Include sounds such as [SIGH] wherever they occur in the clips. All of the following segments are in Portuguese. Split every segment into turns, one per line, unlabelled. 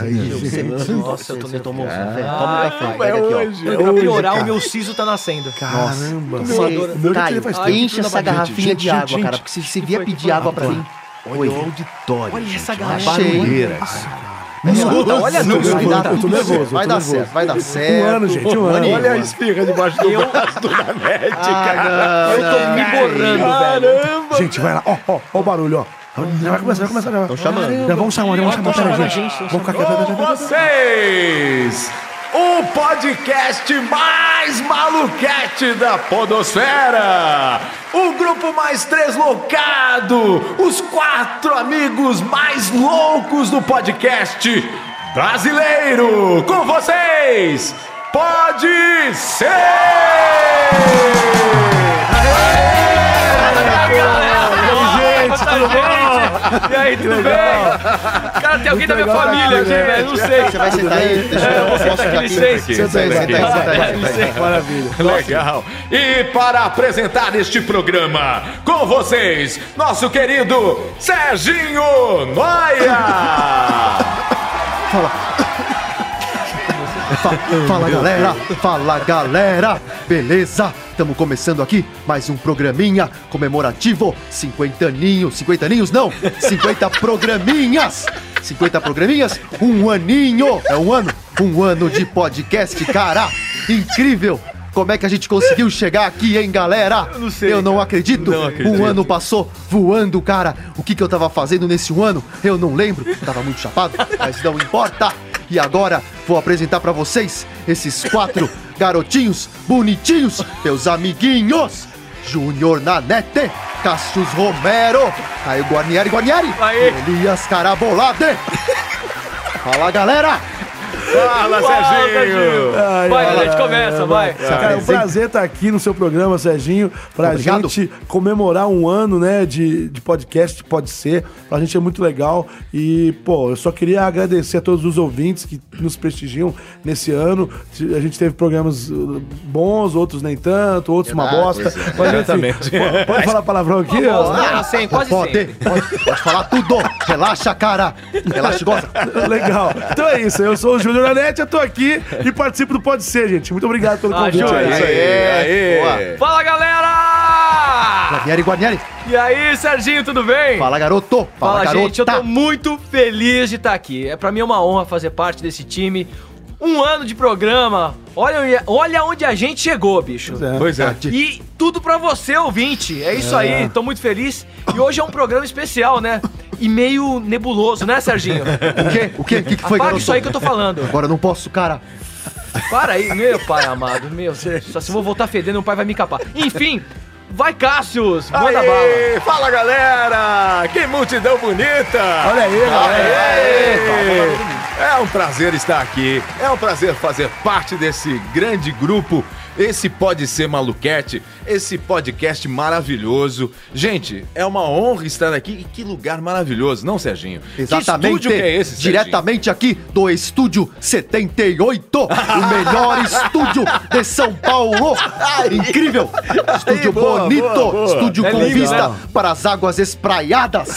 Aí,
Você- nossa, eu também tomo um velho.
Ah,
Ah,
Toma um café.
Caramba, é hoje.
Pra piorar, o meu siso tá nascendo.
Caramba.
Nossa. Fumadora.
O meu já
Caio,
teve faz
ó,
tempo.
enche essa
Gente,
garrafinha
gente,
de água,
gente,
cara, porque se, se vier
foi que
pedir água pra
Antônio,
mim...
Olha o auditório.
Olha essa
gente,
garrafa
uma
cheia.
barulheira.
Escuta, olha
Não,
tudo.
eu
Vai
tô-
dar
eu tô
tudo
nervoso,
certo.
eu tô
Vai dar
nervoso.
certo, vai dar
Um
certo.
ano, gente, um ano. Ah,
Olha a espirra debaixo do braço [LAUGHS] do Nanete, cara.
Eu tô me borrando, velho.
Caramba.
Gente, vai lá. Ó, ó, ó o barulho, ó. Já vai começar, vai começar. Estão
chamando.
Já vamos chamar, já vamos chamar.
Agora,
Pera, gente.
gente,
Vamos ficar
Com
quietos.
vocês, o podcast mais maluquete da podosfera, o grupo mais deslocado, os quatro amigos mais loucos do podcast brasileiro, com vocês, pode ser!
Gente, tudo bom? E aí, tudo bem? Cara, tem alguém da minha família aqui, velho.
[LAUGHS]
Não sei.
né? Você vai sentar aí? Deixa eu- um
É, você tá aqui, licença.
Senta aí, senta aí, senta aí.
Maravilha. Legal. E para apresentar este programa, com vocês, nosso querido Serginho Noia.
Fala galera, fala galera, beleza? Tamo começando aqui mais um programinha comemorativo, 50 aninhos, 50 aninhos não, [LAUGHS] 50 programinhas, 50 programinhas, um aninho, é um ano, um ano de podcast, cara, incrível! Como é que a gente conseguiu chegar aqui, hein, galera? Eu não sei. Eu não acredito. Um ano passou voando, cara. O que, que eu tava fazendo nesse um ano? Eu não lembro. Tava muito chapado, [LAUGHS] mas não importa. E agora vou apresentar pra vocês esses
[LAUGHS]
quatro garotinhos bonitinhos, meus amiguinhos: Júnior Nanete, Cassius Romero, Caio Guarnieri Guarnieri,
Aê.
Elias
[LAUGHS]
Carabolade. Fala galera!
Fala, Serginho.
Ai,
Vai,
ai,
Nanete,
ai,
começa,
ai,
vai.
Cara, é um prazer estar aqui no seu programa, Serginho, pra
Obrigado.
gente comemorar um ano, né, de, de podcast, pode ser. Pra gente é muito legal. E, pô, eu só queria agradecer a todos os ouvintes que nos prestigiam nesse ano. A gente teve programas uh, bons, outros nem tanto, outros uma bosta. Mas, Exatamente. Pode, falar palavrão aqui? ó?
Ah, sem, quase
Pode,
sempre.
pode, pode falar tudo! Relaxa, cara! Relaxa, gosta!
[LAUGHS] Legal. Então é isso. Eu sou o Júnior Anete, eu tô aqui e participo do Pode Ser, gente. Muito obrigado pelo
Ah,
convite. É
joia.
aí.
Isso aí. Boa.
Fala, galera!
Guarnieri Guarnieri,
É
E aí, Serginho, tudo bem? [LAUGHS]
fala garoto! Fala,
Fala,
garota!
gente. Eu tô muito feliz de estar aqui. É pra mim é uma honra fazer parte desse time. Um ano de programa. Olha, olha onde a gente chegou, bicho.
Pois é.
E tudo pra você, ouvinte. É isso aí, tô muito feliz. E hoje é um programa especial, né? E meio nebuloso, né, Serginho?
O quê? O quê? O que, que foi,
Apaga
garoto?
isso aí que eu tô falando.
Agora eu não posso, cara.
Para aí, meu pai amado, meu. Deus, Só se eu vou voltar fedendo, o pai vai me capar. Enfim, vai, Cássius! Manda bala!
Aê, Fala, galera. Que multidão bonita.
Olha aí, galera.
É um prazer estar aqui, é um prazer fazer parte desse grande grupo. Esse pode ser maluquete, esse podcast maravilhoso. Gente, é uma honra estar aqui e que lugar maravilhoso, não, Serginho? Que
Exatamente.
estúdio que é esse, Serginho?
Diretamente aqui do Estúdio 78, o
[LAUGHS]
melhor estúdio de São Paulo. Incrível. Estúdio
boa,
bonito,
boa, boa.
estúdio
É
com
lindo,
vista
né?
para as águas espraiadas.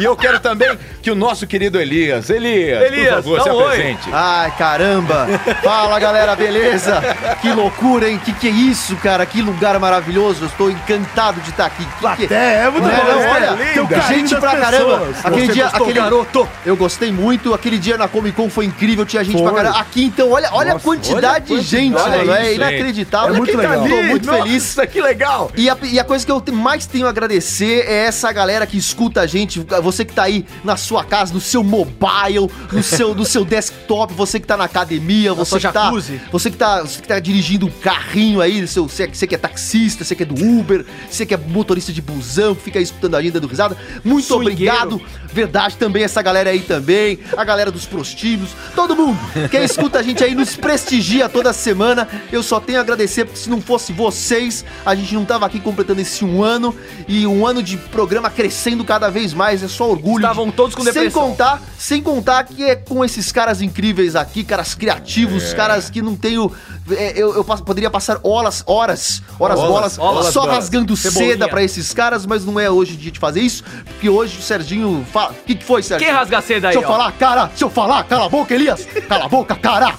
E eu quero também que o nosso querido Elias, Elias,
Elias,
por favor,
dá
se
um oi.
apresente.
Ai, caramba. Fala, galera, beleza? Que loucura, hein? Que que é isso, cara? Que lugar maravilhoso. Eu estou encantado de estar aqui. Que que-
É, é muito
Não,
bom.
não,
né?
olha,
Tem o carinho
gente
das
pra caramba.
pessoas.
Aquele
Você
dia,
gostou,
aquele
cara?
garoto, eu gostei muito. Aquele dia na Comic Con foi incrível, tinha gente pra
Foi.
caramba. Aqui então, olha, olha a
Nossa,
quantidade
olha a
de gente,
quantidade,
mano.
gente.
É inacreditável.
Olha quem tá
Eu
ali,
Tô muito
Nossa,
feliz.
é
que legal.
E a, e a coisa que eu te- mais tenho a agradecer é essa galera que escuta a gente, você que tá aí na sua casa, no seu mobile, no seu, no seu desktop, você que tá na academia, você
sua
que tá,
jacuzzi.
você que tá, você que tá dirigindo um carrinho aí, seu, você, você que é taxista, você que é do Uber, você que é motorista de busão, que fica aí escutando a gente dando risada. Muito
Swingueiro.
obrigado. Verdade também essa galera aí também, a galera dos prostíbulos, todo mundo. Quem escuta a gente aí nos prestigia toda semana. Eu só tenho a agradecer porque se não fosse vocês, a gente não tava aqui completando esse um ano e um ano de programa crescendo cada vez mais. É só orgulho.
Estavam todos com com depressão.
Sem contar, tá? sem contar que é com esses caras incríveis aqui, caras criativos, caras que não tenho. é, eu eu passo- poderia passar horas, horas, horas,
Olas,
bolas,
olas,
só
bolas.
rasgando
Cebolinha.
seda pra esses caras, mas não é hoje dia de fazer isso, porque hoje o Serginho. fala- O que, que foi, Serginho?
Quem rasga a seda aí,
Deixa eu
ó?
falar, cara! Deixa eu falar! Cala a boca, Elias! Cala a boca, cara!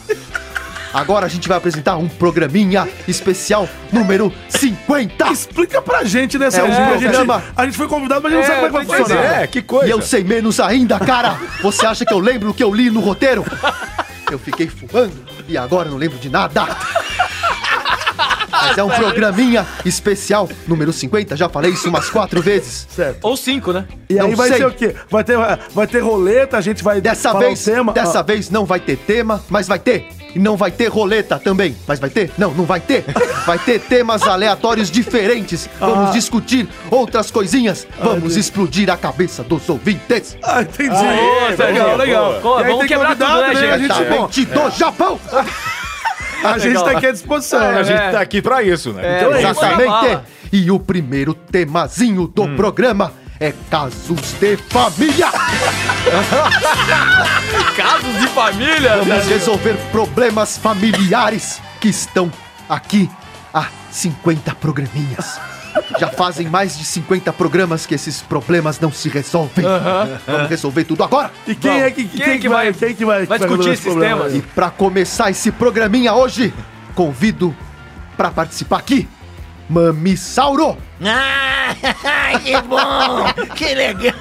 Agora a gente vai apresentar um programinha especial número 50!
Explica pra gente, né, Sérgio?
um
a,
programa.
gente, a gente foi convidado, mas a gente não
É,
sabe como é que vai
pois
funcionar.
É, que coisa.
E eu sei menos ainda, cara! Você acha que eu lembro o que eu li no roteiro? Eu fiquei fumando e agora não lembro de nada! Mas é um programinha especial, número 50, já falei isso umas quatro vezes.
Certo.
Ou cinco, né?
E aí
Não
vai
sei.
ser o quê? Vai ter, vai ter roleta, a gente vai
Dessa
falar
vez,
o tema.
dessa
Ah,
vez não vai ter tema, mas vai ter. E não vai ter roleta também, mas vai ter? Não, não
[LAUGHS]
vai ter. Vai ter temas aleatórios diferentes. Vamos
Ah.
discutir outras coisinhas. Vamos explodir a cabeça dos ouvintes.
Ah, entendi.
Boa, Sérgio,
legal, legal.
Pô,
E aí
vamos
tem
quebrar tudo, né,
convidado, né?
gente?
A gente- bom, é.
Gente do Japão!
[LAUGHS] A gente
legal.
tá aqui à disposição.
A
né? Então
gente
É.
tá aqui pra isso, né?
Então
É, vamos mandar
Exatamente.
bala.
E o primeiro temazinho do
Hum.
programa é casos de família.
Casos de família, né,
Vamos
Sérgio.
resolver problemas familiares que estão aqui há 50 programinhas. Já fazem mais de 50 programas que esses problemas não se resolvem. Vamos resolver tudo agora.
E quem
Vamos.
é que, quem que vai, quem que
vai discutir
resolver
esses
problema?
temas?
E pra começar esse programinha hoje, convido pra participar aqui Mamisauro.
Ah, que bom! Que legal!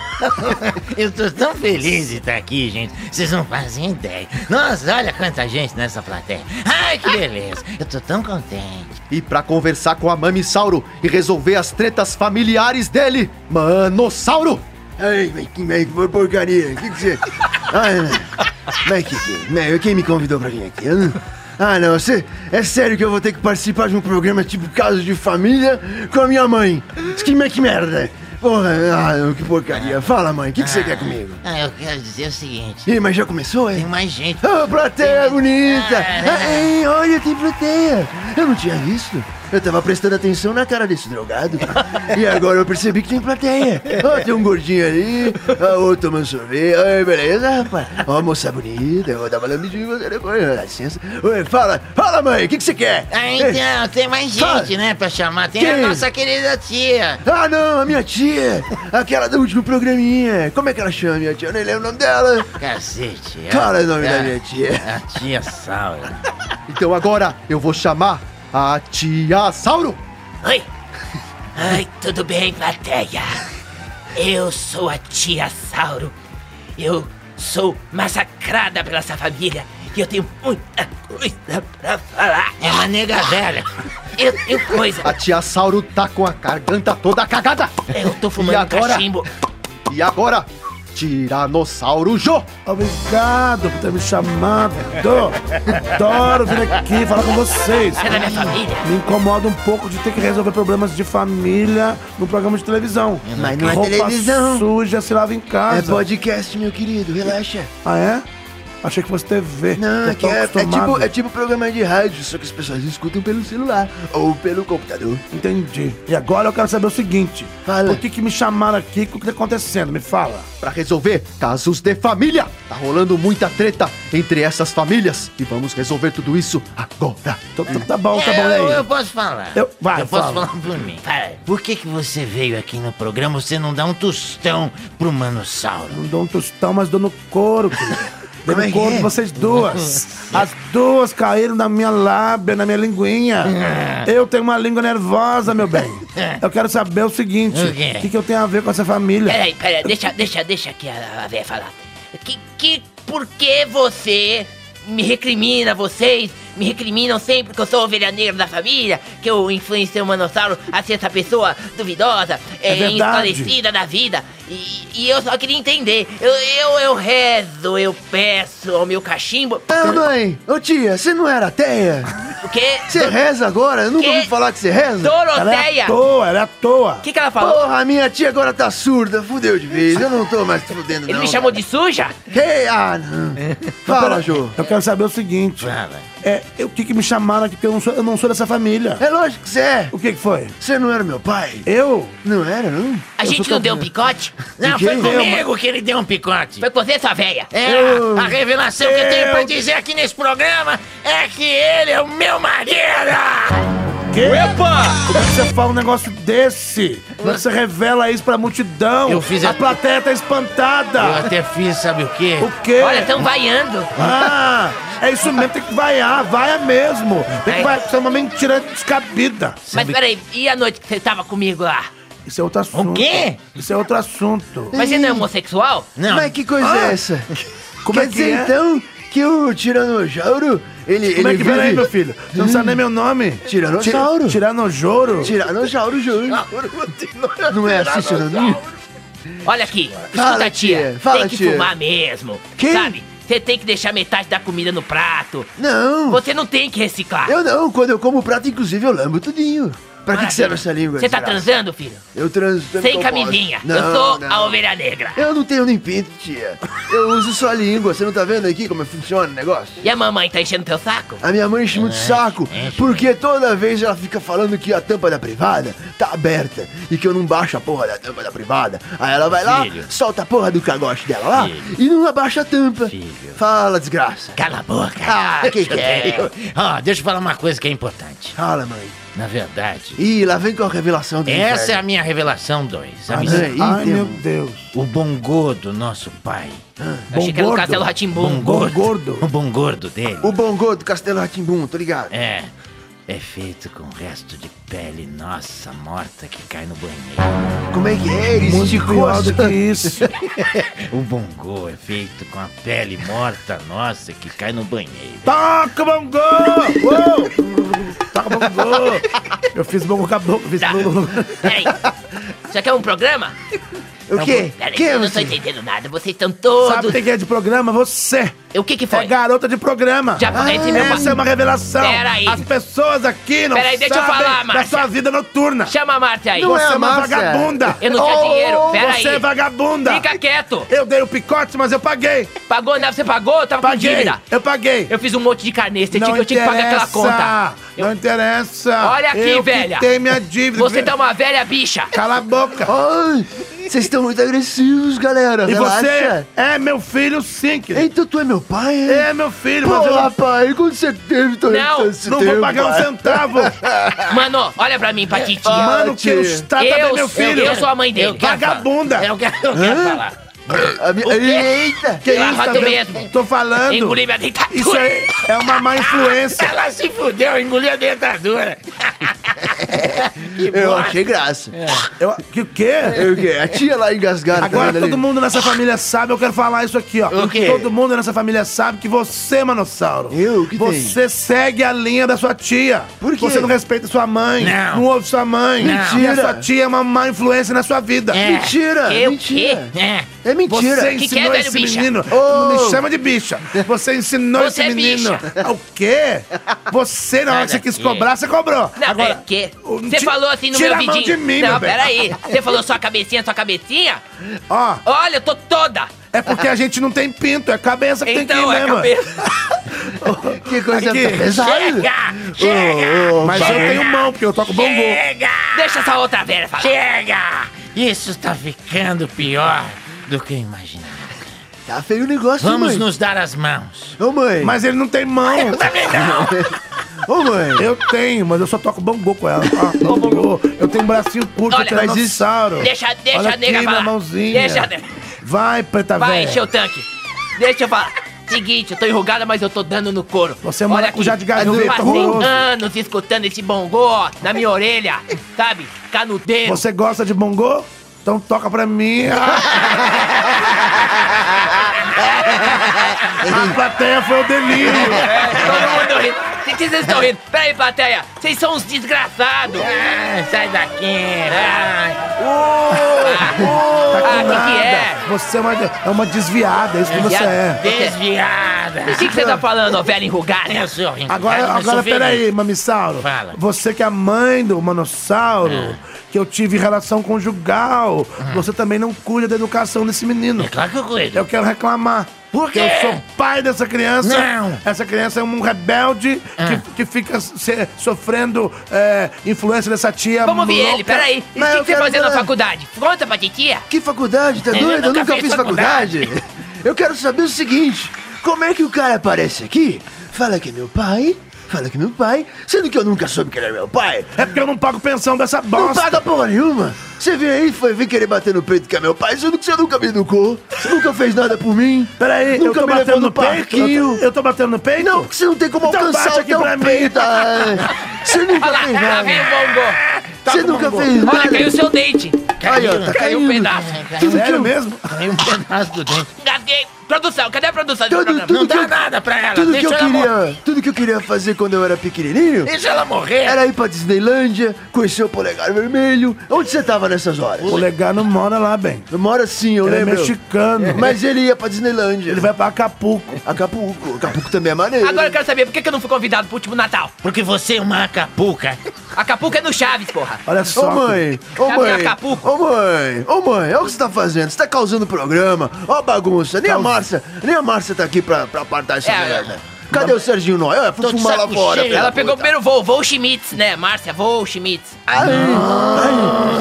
Eu tô tão feliz de estar aqui, gente. Vocês não fazem ideia. Nossa, olha quanta gente nessa plateia. Ai, que beleza! Eu tô tão contente.
E pra conversar com a Mamisauro e resolver as tretas familiares dele, Manossauro.
Ai, mas que mas que porcaria, o que que você...
[LAUGHS]
Ai, mas- mas que que... Mas quem me convidou pra vir aqui? Eu não- Ah, não, você... É sério que eu vou ter que participar de um programa tipo Caso de Família com a minha mãe? Que, mas que merda! Porra, ah, que porcaria. Fala, mãe, o que que você quer comigo?
Ah, eu quero dizer o seguinte:
Ih, mas já começou,
tem
é?
mais gente.
Ah, plateia bonita!
Ah, né?
Ai, olha, tem plateia! Eu não tinha visto. Eu tava prestando atenção na cara desse drogado. E agora eu percebi que tem plateia. Ó, tem um gordinho ali, ó, outro tomando sorvete. Ai, beleza, rapaz? Ó, moça bonita, eu vou dar uma lambidinha em você depois, dá licença. Oi, fala, fala, mãe, o que que você quer?
Ah, então, tem mais gente, né, pra chamar. Tem a
Quem?
nossa querida tia.
Ah, não, a minha tia! Aquela do último programinha. Como é que ela chama, minha tia? Eu nem lembro o nome dela.
Cacete. é.
Fala o nome
É,
da minha tia.
A tia Saura.
Então agora eu vou chamar a Tia Sauro.
Oi! Ai, tudo bem, plateia? Eu sou a tia Sauro. Eu sou massacrada pela essa família e eu tenho muita coisa pra falar. É uma nega velha. [LAUGHS] Eu tenho coisa.
A Tia Sauro tá com a garganta toda cagada.
É, Eu tô
E
fumando um
agora?
cachimbo.
E agora, Tiranossauro Jô.
Obrigado por ter me chamado. Adoro vir aqui falar com vocês.
Você é da minha família.
Me incomoda um pouco de ter que resolver problemas de família num programa de televisão.
Mas não é
Roupa
televisão.
suja se lava em
É
casa.
podcast, meu querido, relaxa.
Ah, é? Achei que fosse TV.
Não,
Eu
é
tô
que é, é
acostumado.
tipo, é tipo programa de rádio, só que as pessoas escutam pelo celular ou pelo computador.
Entendi. E agora eu quero saber o seguinte.
tipo- Fala.
Por que que me chamaram aqui? O que tá acontecendo? Me fala.
Pra resolver casos de família. Tá rolando muita treta entre essas famílias. E vamos resolver tudo isso agora. É
Então, tá- tá bom, tá bom,
É, eu, eu
né?
posso falar.
Eu- vai,
eu posso
fala.
falar por mim. Fala, por que, que você veio aqui no programa? Você não dá um tostão pro Manossauro?
Não dou um tostão, mas dou no couro,
[LAUGHS]
querido. Dei
Como é
no
que
couro
é?
de vocês
[LAUGHS]
duas. As duas caíram na minha lábia, na minha linguinha.
[LAUGHS]
Eu tenho uma língua nervosa, meu bem. Eu quero saber o seguinte.
O quê?
O que, que eu tenho a ver com essa família?
Peraí, peraí, deixa, deixa, deixa aqui a, a véia falar. Que, que, por que você me recrimina, vocês me recriminam sempre que eu sou a ovelha negra da família, que eu influenciei o Manossauro a ser essa pessoa duvidosa,
É
eh,
verdade.
esclarecida da vida. E, e eu só queria entender, eu, eu, eu rezo, eu peço ao meu cachimbo,
Ah, mãe, ô tia, você não era ateia?
porque
Você reza agora? Eu nunca
Que?
ouvi falar que você reza?
Ela é
Doroteia,
à
o
toa, ela é à toa.
que, que ela falou?
Porra, a minha tia agora tá surda, fudeu de vez. Eu não tô mais fudendo, não.
Ele me chamou de suja?
Que? Ah, não. [LAUGHS] Fala, Jô.
Eu quero saber o seguinte.
é, eu- o que, que me chamaram aqui, porque eu não sou, eu não sou dessa família.
É lógico que você é.
O que, que foi?
Você não era meu pai?
Eu?
Não era, não?
A gente não deu um picote? Não,
quem
foi
deu,
comigo que ele deu um picote. Foi com você, sua véia. É, a revelação que eu tenho pra dizer aqui nesse programa é que ele é o meu marido.
Como é que você fala um negócio desse? Como é que você revela isso pra multidão?
Eu fiz
a...
a-
plateia tá
Eu
espantada.
até fiz, sabe o quê?
O quê?
Olha, então tão vaiando.
Ah, é isso mesmo, tem que vaiar, vaia mesmo. Tem que
Ai.
vaiar, isso é uma mentira descabida. é
Mas peraí, e a noite que você tava comigo lá?
Isso é outro assunto.
quê?
Isso é outro assunto.
Mas você não é homossexual? Ah.
Não. Mas que coisa é [LAUGHS] essa?
Como
Quer
é que
dizer,
é?
então, que o Tiranossauro, ele,
Como
ele
é que vem aí,
vive-
meu filho? Você não sabe nem meu nome?
Tiranossauro.
Ti- Tiranojouro?
Tiranossauro, juro. Não é assim, Tiranossauro?
Olha aqui,
Fala,
escuta, tia.
tia, fala,
tem que
tia.
fumar mesmo.
Quê?
Sabe? Você tem que deixar metade da comida no prato.
Não,
Você não tem que reciclar.
eu não. Quando eu como o prato, inclusive, eu lambo tudinho. Pra que, que serve essa língua?
Você tá
desgraça?
transando, filho?
Eu transo... pelo
Sem
propósito.
camisinha.
Não,
eu sou
não.
a ovelha negra.
Eu não tenho nem pinto, tia. Eu uso só a língua. Você não tá vendo aqui como funciona o negócio?
E a mamãe tá enchendo teu saco?
A minha mãe enche muito
É,
saco, porque toda vez ela fica falando que a tampa é da privada tá aberta e que eu não baixo a porra da tampa da privada. Aí ela vai lá, solta a porra do cagote dela lá e não abaixa a tampa. Fala, desgraça.
Cala a boca.
Ah,
[LAUGHS]
que que é?
Ó, deixa eu falar uma coisa que é importante.
Fala, mãe.
Na verdade,
Ih, lá vem com a revelação do
essa é
inferno.
a minha revelação 2.
Ah, né? Ih,
Ai,
tem
meu
um-
Deus.
O bom gordo, nosso pai.
Ah.
Eu achei que era o
gordo?
Castelo Ratimbum.
Bom
[LAUGHS]
gordo?
O bom gordo
é
dele.
O bongô do Castelo Ratimbum, tô ligado.
É. É feito com resto de pele nossa morta que cai no banheiro.
Como é que é? Ele
Muito
esticou
pior
as-
do que isso.
O bongô é feito com a pele morta nossa que cai no banheiro.
Toca, bongo! Uou! Toca, bongo! Eu fiz bongo com a boca, fiz
Tá.
bongo.
Peraí. Isso aqui é um programa?
[LAUGHS] O quê?
Peraí,
Quem é
eu não tô
você?
entendendo nada. Vocês estão todos...
Sabe quem é de programa? Você!
O que que
É
foi?
garota de programa!
Já falei de meu
Essa é uma revelação!
Peraí.
As pessoas aqui não
Peraí, deixa eu
sabem
falar,
da
Márcia.
sua vida noturna!
Chama a Márcia aí.
Não
Você
é
é
a
uma
Márcia.
vagabunda!
Eu não tinha
Oh,
dinheiro, pera
Você
aí.
é vagabunda!
Fica quieto.
Eu dei o picote, mas eu paguei!
Pagou, não, você pagou? Eu tava com
Paguei!
dívida.
Eu paguei!
Eu fiz um monte de caneta, eu
não
tinha, eu tinha que pagar aquela conta.
interessa,
Eu-
Não
é?
interessa!
Olha aqui,
eu
velha.
Que tem minha dívida!
Você tá uma velha bicha.
Cala a boca!
Ai, vocês estão muito agressivos, galera.
E
Relaxa.
você é meu filho sim, querido.
Então tu é meu pai, é?
É meu filho,
Pô,
mas eu não-
rapaz, quando você teve todo
Não,
esse
não
tempo,
vou pagar um
pai?
centavo.
[LAUGHS]
[LAUGHS]
Mano, olha pra mim, Patitinha.
Mano, que
tia.
o Estado é
eu,
meu
sou-
filho.
eu sou a mãe dele.
Vagabunda.
Eu quero, eu quero falar.
A minha- Eita!
Que
eu arroto
vendo?
mesmo.
Tô falando.
Engoli minha
Isso
dentadura.
aí é uma má influência.
Ela se fudeu, engoliu a
[LAUGHS]
dentadura.
eu achei graça.
Eu, que o quê?
Eu, que- É, a tia lá engasgada.
Agora
tá vendo
todo
ali?
mundo nessa família sabe, eu quero falar isso aqui, ó.
O quê?
Todo mundo nessa família sabe que você, Manossauro.
Eu? O que tem?
Você segue a linha da sua tia.
Por quê?
Você não respeita sua mãe.
Não.
ouve sua mãe. E a
Mentira.
sua tia é uma má influência na sua vida.
Mentira!
É. Eu
mentira!
quê? É.
É mentira!
Você
Que que é,
ensinou
velho
esse
bicha?
menino.
Ô!
Não me chama de bicha. Você ensinou
Você
esse
é
menino.
Ah,
bicha.
O quê? Você, na hora que você quis cobrar, você cobrou.
Não,
Agora,
é que
o-
você
ti-
falou assim no
tira
meu
a mão
vidinho.
de mim, meu
não,
bem.
peraí. Você falou sua cabecinha, sua cabecinha?
ó,
Olha, eu tô toda.
é porque a gente não tem pinto, é a cabeça que tem que
Então,
ir,
é a
né, mano?
cabeça. [LAUGHS]
Que coisa
Aqui.
pesada!
Chega!
Ô, ô,
Mas eu tenho mão, porque eu toco bongo.
Deixa essa outra velha falar.
Chega! Isso tá ficando pior do que eu imaginava.
Tá feio o negócio,
Vamos
mãe.
nos dar as mãos.
Ô, mãe!
Mas ele não tem mão.
Ô, mãe!
Eu tenho, mas eu só toco bongo com ela. Ó, bongo. Eu tenho um bracinho curto,
Olha,
mas dinossauro.
Deixa, deixa
Olha
a nega
aqui,
falar.
minha mãozinha. Tá
Deixa a nega.
Vai, preta
Vai,
velha.
encher o tanque. Deixa eu falar. Seguinte, eu tô enrugada, mas eu tô dando no couro.
Você mora
aqui,
com já de garoto,
Eu
horroroso.
passei anos escutando esse bongô na minha orelha, sabe? Canudeiro.
Você gosta de bongo? Então toca
[LAUGHS]
pra mim. Ah! A plateia foi o delírio.
É, todo mundo rindo. Por que vocês estão rindo? Pera aí, plateia. Vocês são uns desgraçados.
É.
Ah, sai daqui. Ah,
Tá com
Ah, que que
nada.
é?
Você é uma, é uma desviada, é isso que você é.
desviada.
O que que você tá falando, ó, velha enrugada?
Eu sou enrugado,
Agora,
é
mas sou
agora
feliz.
peraí, Mamissauro.
Fala.
Você que é a mãe do Manossauro,
Ah.
que eu tive relação conjugal, você também não cuida da educação desse menino.
É claro que eu cuido.
Eu quero reclamar.
Por
quê?
Eu sou pai dessa criança.
Não.
Essa criança é um rebelde
Ah.
que, que fica se- sofrendo é, influência dessa tia.
Vamos ver
louca.
ele, peraí. Ele
Mas
tem
eu
que você
quero
fazer na
ver.
faculdade. Conta pra titia.
Que faculdade, tá
É, Eu
doido? Eu
nunca
nunca
fiz
fiz faculdade. Eu quero saber o seguinte: como é que o cara aparece aqui? Fala que é meu pai, fala que é meu pai, sendo que eu nunca soube que ele era meu pai.
É porque eu não pago pensão dessa bosta.
Não paga porra nenhuma. Você veio aí, foi vir querer bater no peito que é meu pai, sendo que você nunca me educou, você nunca fez nada por mim.
Peraí, eu
nunca
tô
me
batendo
levou
no
no
peito.
parquinho.
Eu tô, eu tô batendo no peito?
Não, porque você não tem como
Então
alcançar
bate
o
aqui
teu
pra mim. [LAUGHS]
peito. ah. Você nunca fez
Olha lá,
nada.
vem, Bongo.
Você nunca fez nada.
Olha, caiu seu dente.
Aí, ó,
Caiu
tá caindo.
um pedaço.
É
Tudo que
Sério
eu-
mesmo?
Caiu um pedaço do dente.
Engasguei. Produção, cadê a produção desse
Tudo-
programa?
tudo
Não
que
dá
eu-
nada pra ela.
Tudo que
deixa
eu
ela morrer.
queria, tudo que eu queria fazer quando eu era pequenininho
Deixa ela morrer.
era ir pra Disneylândia, conhecer o Polegar Vermelho. Onde você tava nessas horas?
O legal não mora lá, bem.
Não mora sim, eu
Ele é
lembro.
mexicano.
[LAUGHS] Mas ele ia pra Disneylândia.
Ele vai pra Acapulco.
Acapulco. Acapulco também é maneiro.
Agora eu quero saber por que que eu não fui convidado pro último Natal.
Porque você é uma capuca.
Acapulco é no Chaves, porra.
Olha
Ô
só.
mãe, ô
é
Tá
mãe,
bem, Acapulco.
ô mãe, ô mãe, olha o que você tá fazendo, você tá causando programa, ó a bagunça, nem a Márcia, nem a Márcia tá aqui pra, pra apartar essa
É,
merda. Cadê o Serginho Noia? É, Foi
Tô de
fumar lá
saco
fora.
cheio.
pela
Ela pegou o
puta.
primeiro voo, voo Schmitz, né, Márcia? Voo Schmitz.
Ai,
Meu
ai,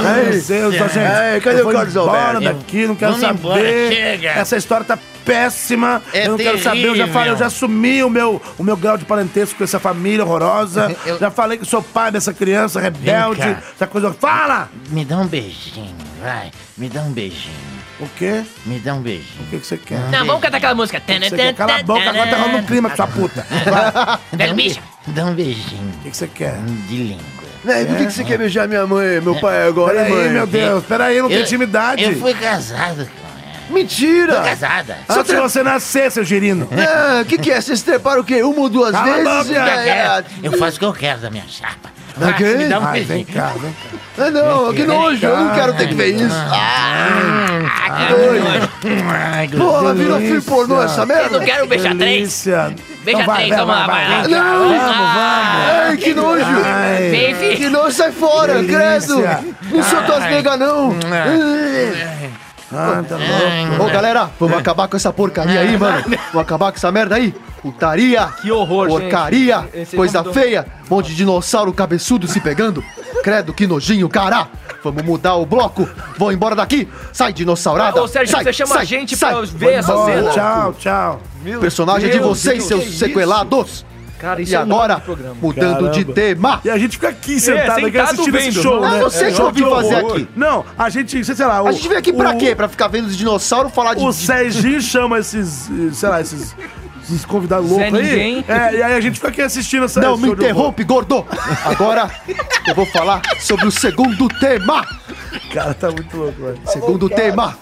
ai.
Deus, ó, gente.
Ai, É cadê
eu
o
vou
Carlos
embora
Alberto?
daqui, não quero
Vamos
saber.
embora, chega.
Essa história tá péssima.
É
eu não quero saber, eu já falei, eu já assumi o meu, o meu grau de parentesco com essa família horrorosa.
[LAUGHS] Eu-
Já falei que sou pai dessa criança rebelde,
cá.
essa coisa. Fala!
Me dá um beijinho, vai. Me dá um beijinho.
O quê?
Me dá um
O
beijinho. Um
que que você quer?
Não, vamos cantar aquela música.
Você quer? Cala a boca, agora tá rolando um clima com essa puta. Vai.
Velho bicho.
[LAUGHS] Dá um beijinho Um
O que que você quer?
de língua. É.
Véi, por que, que você quer beijar minha mãe, meu pai agora,
É. Peraí,
mãe?
meu Deus, peraí, não tem intimidade.
Eu fui casado com ela.
Mentira!
Casada.
Antes de Ah, você nascer, seu girino.
Ah, que que é? Vocês treparam o quê? Uma ou duas
Cala a
vezes?
boca,
Ah, é.
Eu quero- Eu faço o que eu quero da minha chapa. Vai,
quê?
me dá um
Ai, vem
beijinho.
cá, vem cá.
Ah, não, que nojo, eu não quero ter que ver isso. Ah, que nojo.
Ai,
Porra,
ah, delícia.
virou filme pornô essa
Eu não
merda?
quero beijar três.
Delícia.
Beija
Então vai,
três,
vai,
vamos lá,
vai,
vai lá.
vai.
Não.
Ah,
Ai, que nojo.
Ai.
Vem, filho.
Que nojo, sai fora,
Delícia.
credo. Não sou tuas negas, não.
Ah, tá
é,
louco.
né?
Ô, galera, vamos acabar com essa porcaria aí,
[LAUGHS]
mano. Vamos acabar com essa merda aí. Putaria.
Que horror, gente.
Porcaria.
Esse aí
Coisa
mudou.
feia. Um Monte de dinossauro cabeçudo se pegando. Credo, que nojinho, cara. Vamos mudar o bloco. Vou embora daqui. Sai, dinossaurada.
Ô, Sérgio,
sai,
você chama
sai,
a gente
sai.
pra ver essa
Bom,
cena.
tchau, tchau.
Personagem de
Meu
vocês,
Deus,
seus
é
que isso?
sequelados.
Cara, isso
E
é um
agora,
ótimo programa.
mudando de
Caramba.
tema. Ah,
E a gente fica
É,
aqui sentado, aqui
sentado
assistindo esse
vendo, não,
show, né?
não, vocês
É,
que eu vim
que
fazer
horror.
aqui.
Não, a gente, sei lá...
A
o-
gente veio aqui pra
o-
quê? Pra ficar vendo os dinossauros falar de...
O Serginho chama esses, eh, sei lá, esses... esses convidados loucos aí.
Ninguém.
É, e aí a gente fica aqui assistindo essa
Não
esse
me
show de horror.
interrompe, gordo! Agora eu vou falar sobre o segundo tema!
Cara, tá muito louco, velho.
Segundo tema!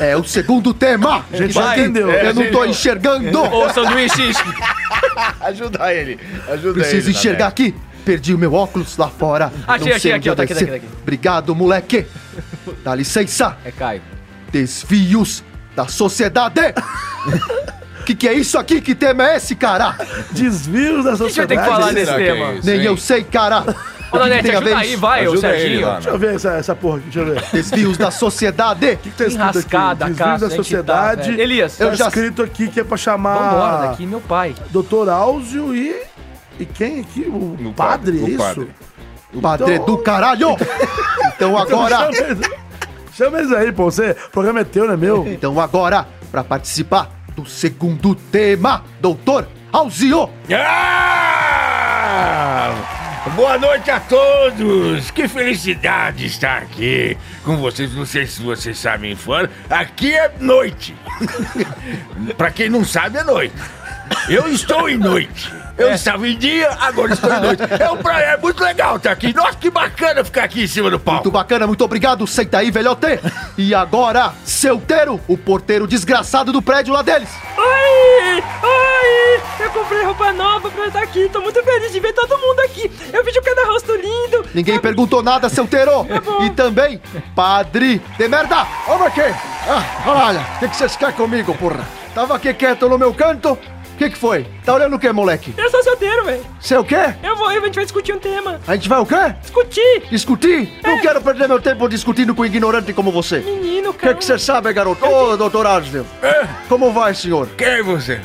É o segundo tema!
gente né? já
Vai.
entendeu.
Eu não tô enxergando!
É, Ô, sanduíche.
[LAUGHS] Ajuda ele. Ajuda
Preciso
ele,
enxergar aqui! Perdi o meu óculos lá fora!
Achei,
Não
achei,
sei
aqui,
onde
ó, tá
vai
aqui, tá
ser.
aqui, tá aqui.
Obrigado,
[LAUGHS]
moleque! Dá licença!
É Caio.
Desvios da sociedade!
[LAUGHS]
Que que é isso aqui? Que tema é esse, cara?
Desvios da
gente vai ter
sociedade.
que falar desse
Deixa
Será que é
tema.
isso,
Nem
hein?
eu sei, cara!
Ô,
O que que
Nanete,
tem a ver
ajuda aí,
isso?
vai, ô,
Ajuda ele
Serginho.
lá, né?
eu ver essa, essa porra aqui, deixa eu ver. O
Desvios da
que,
sociedade!
que tá escrito
Enrascada,
aqui? Desvios
cara.
da sociedade.
tá, Elias,
Tá
Eu já-
escrito aqui que é pra chamar...
vambora daqui, meu pai.
Doutor Áuzio e. E quem aqui? O,
O padre,
padre,
o
é isso?
padre.
Padre
Então-
do caralho! Então agora,
Chama eles, chama eles aí, pô. Você, o programa é teu, não é meu?
então agora, pra participar do segundo tema, doutor Alzio!
Ah! Boa noite a todos! Que felicidade estar aqui com vocês. Não sei se vocês sabem, fora. Aqui é noite. [LAUGHS] Pra quem não sabe, é noite. Eu estou em noite.
É.
Eu estava em dia, agora estou em noite. É, um pra... é muito legal estar aqui. Nossa, que bacana ficar aqui em cima do palco.
Muito bacana, muito obrigado, senta aí, velhote! E agora, seu Teiro, o porteiro desgraçado do prédio lá deles!
Oi! Oi! Eu comprei roupa nova pra estar aqui. Tô muito feliz de ver todo mundo aqui. Eu vejo cada rosto lindo.
Ninguém perguntou nada, seu Teiro! E também, Padre de merda! Olha aqui! Ah, olha, o que, que vocês querem comigo, porra? Tava aqui quieto no meu canto, que que foi? Tá olhando o que, moleque?
Eu sou solteiro, velho.
Você é o quê?
Eu vou, a gente vai discutir um tema.
A gente vai o quê?
Discutir! É.
Discutir? Não quero perder meu tempo discutindo com ignorante como você.
Menino,
O que é
cara.
que você sabe, garoto? Ô, doutor Arsdale. Como vai, senhor?
É. Quem é você?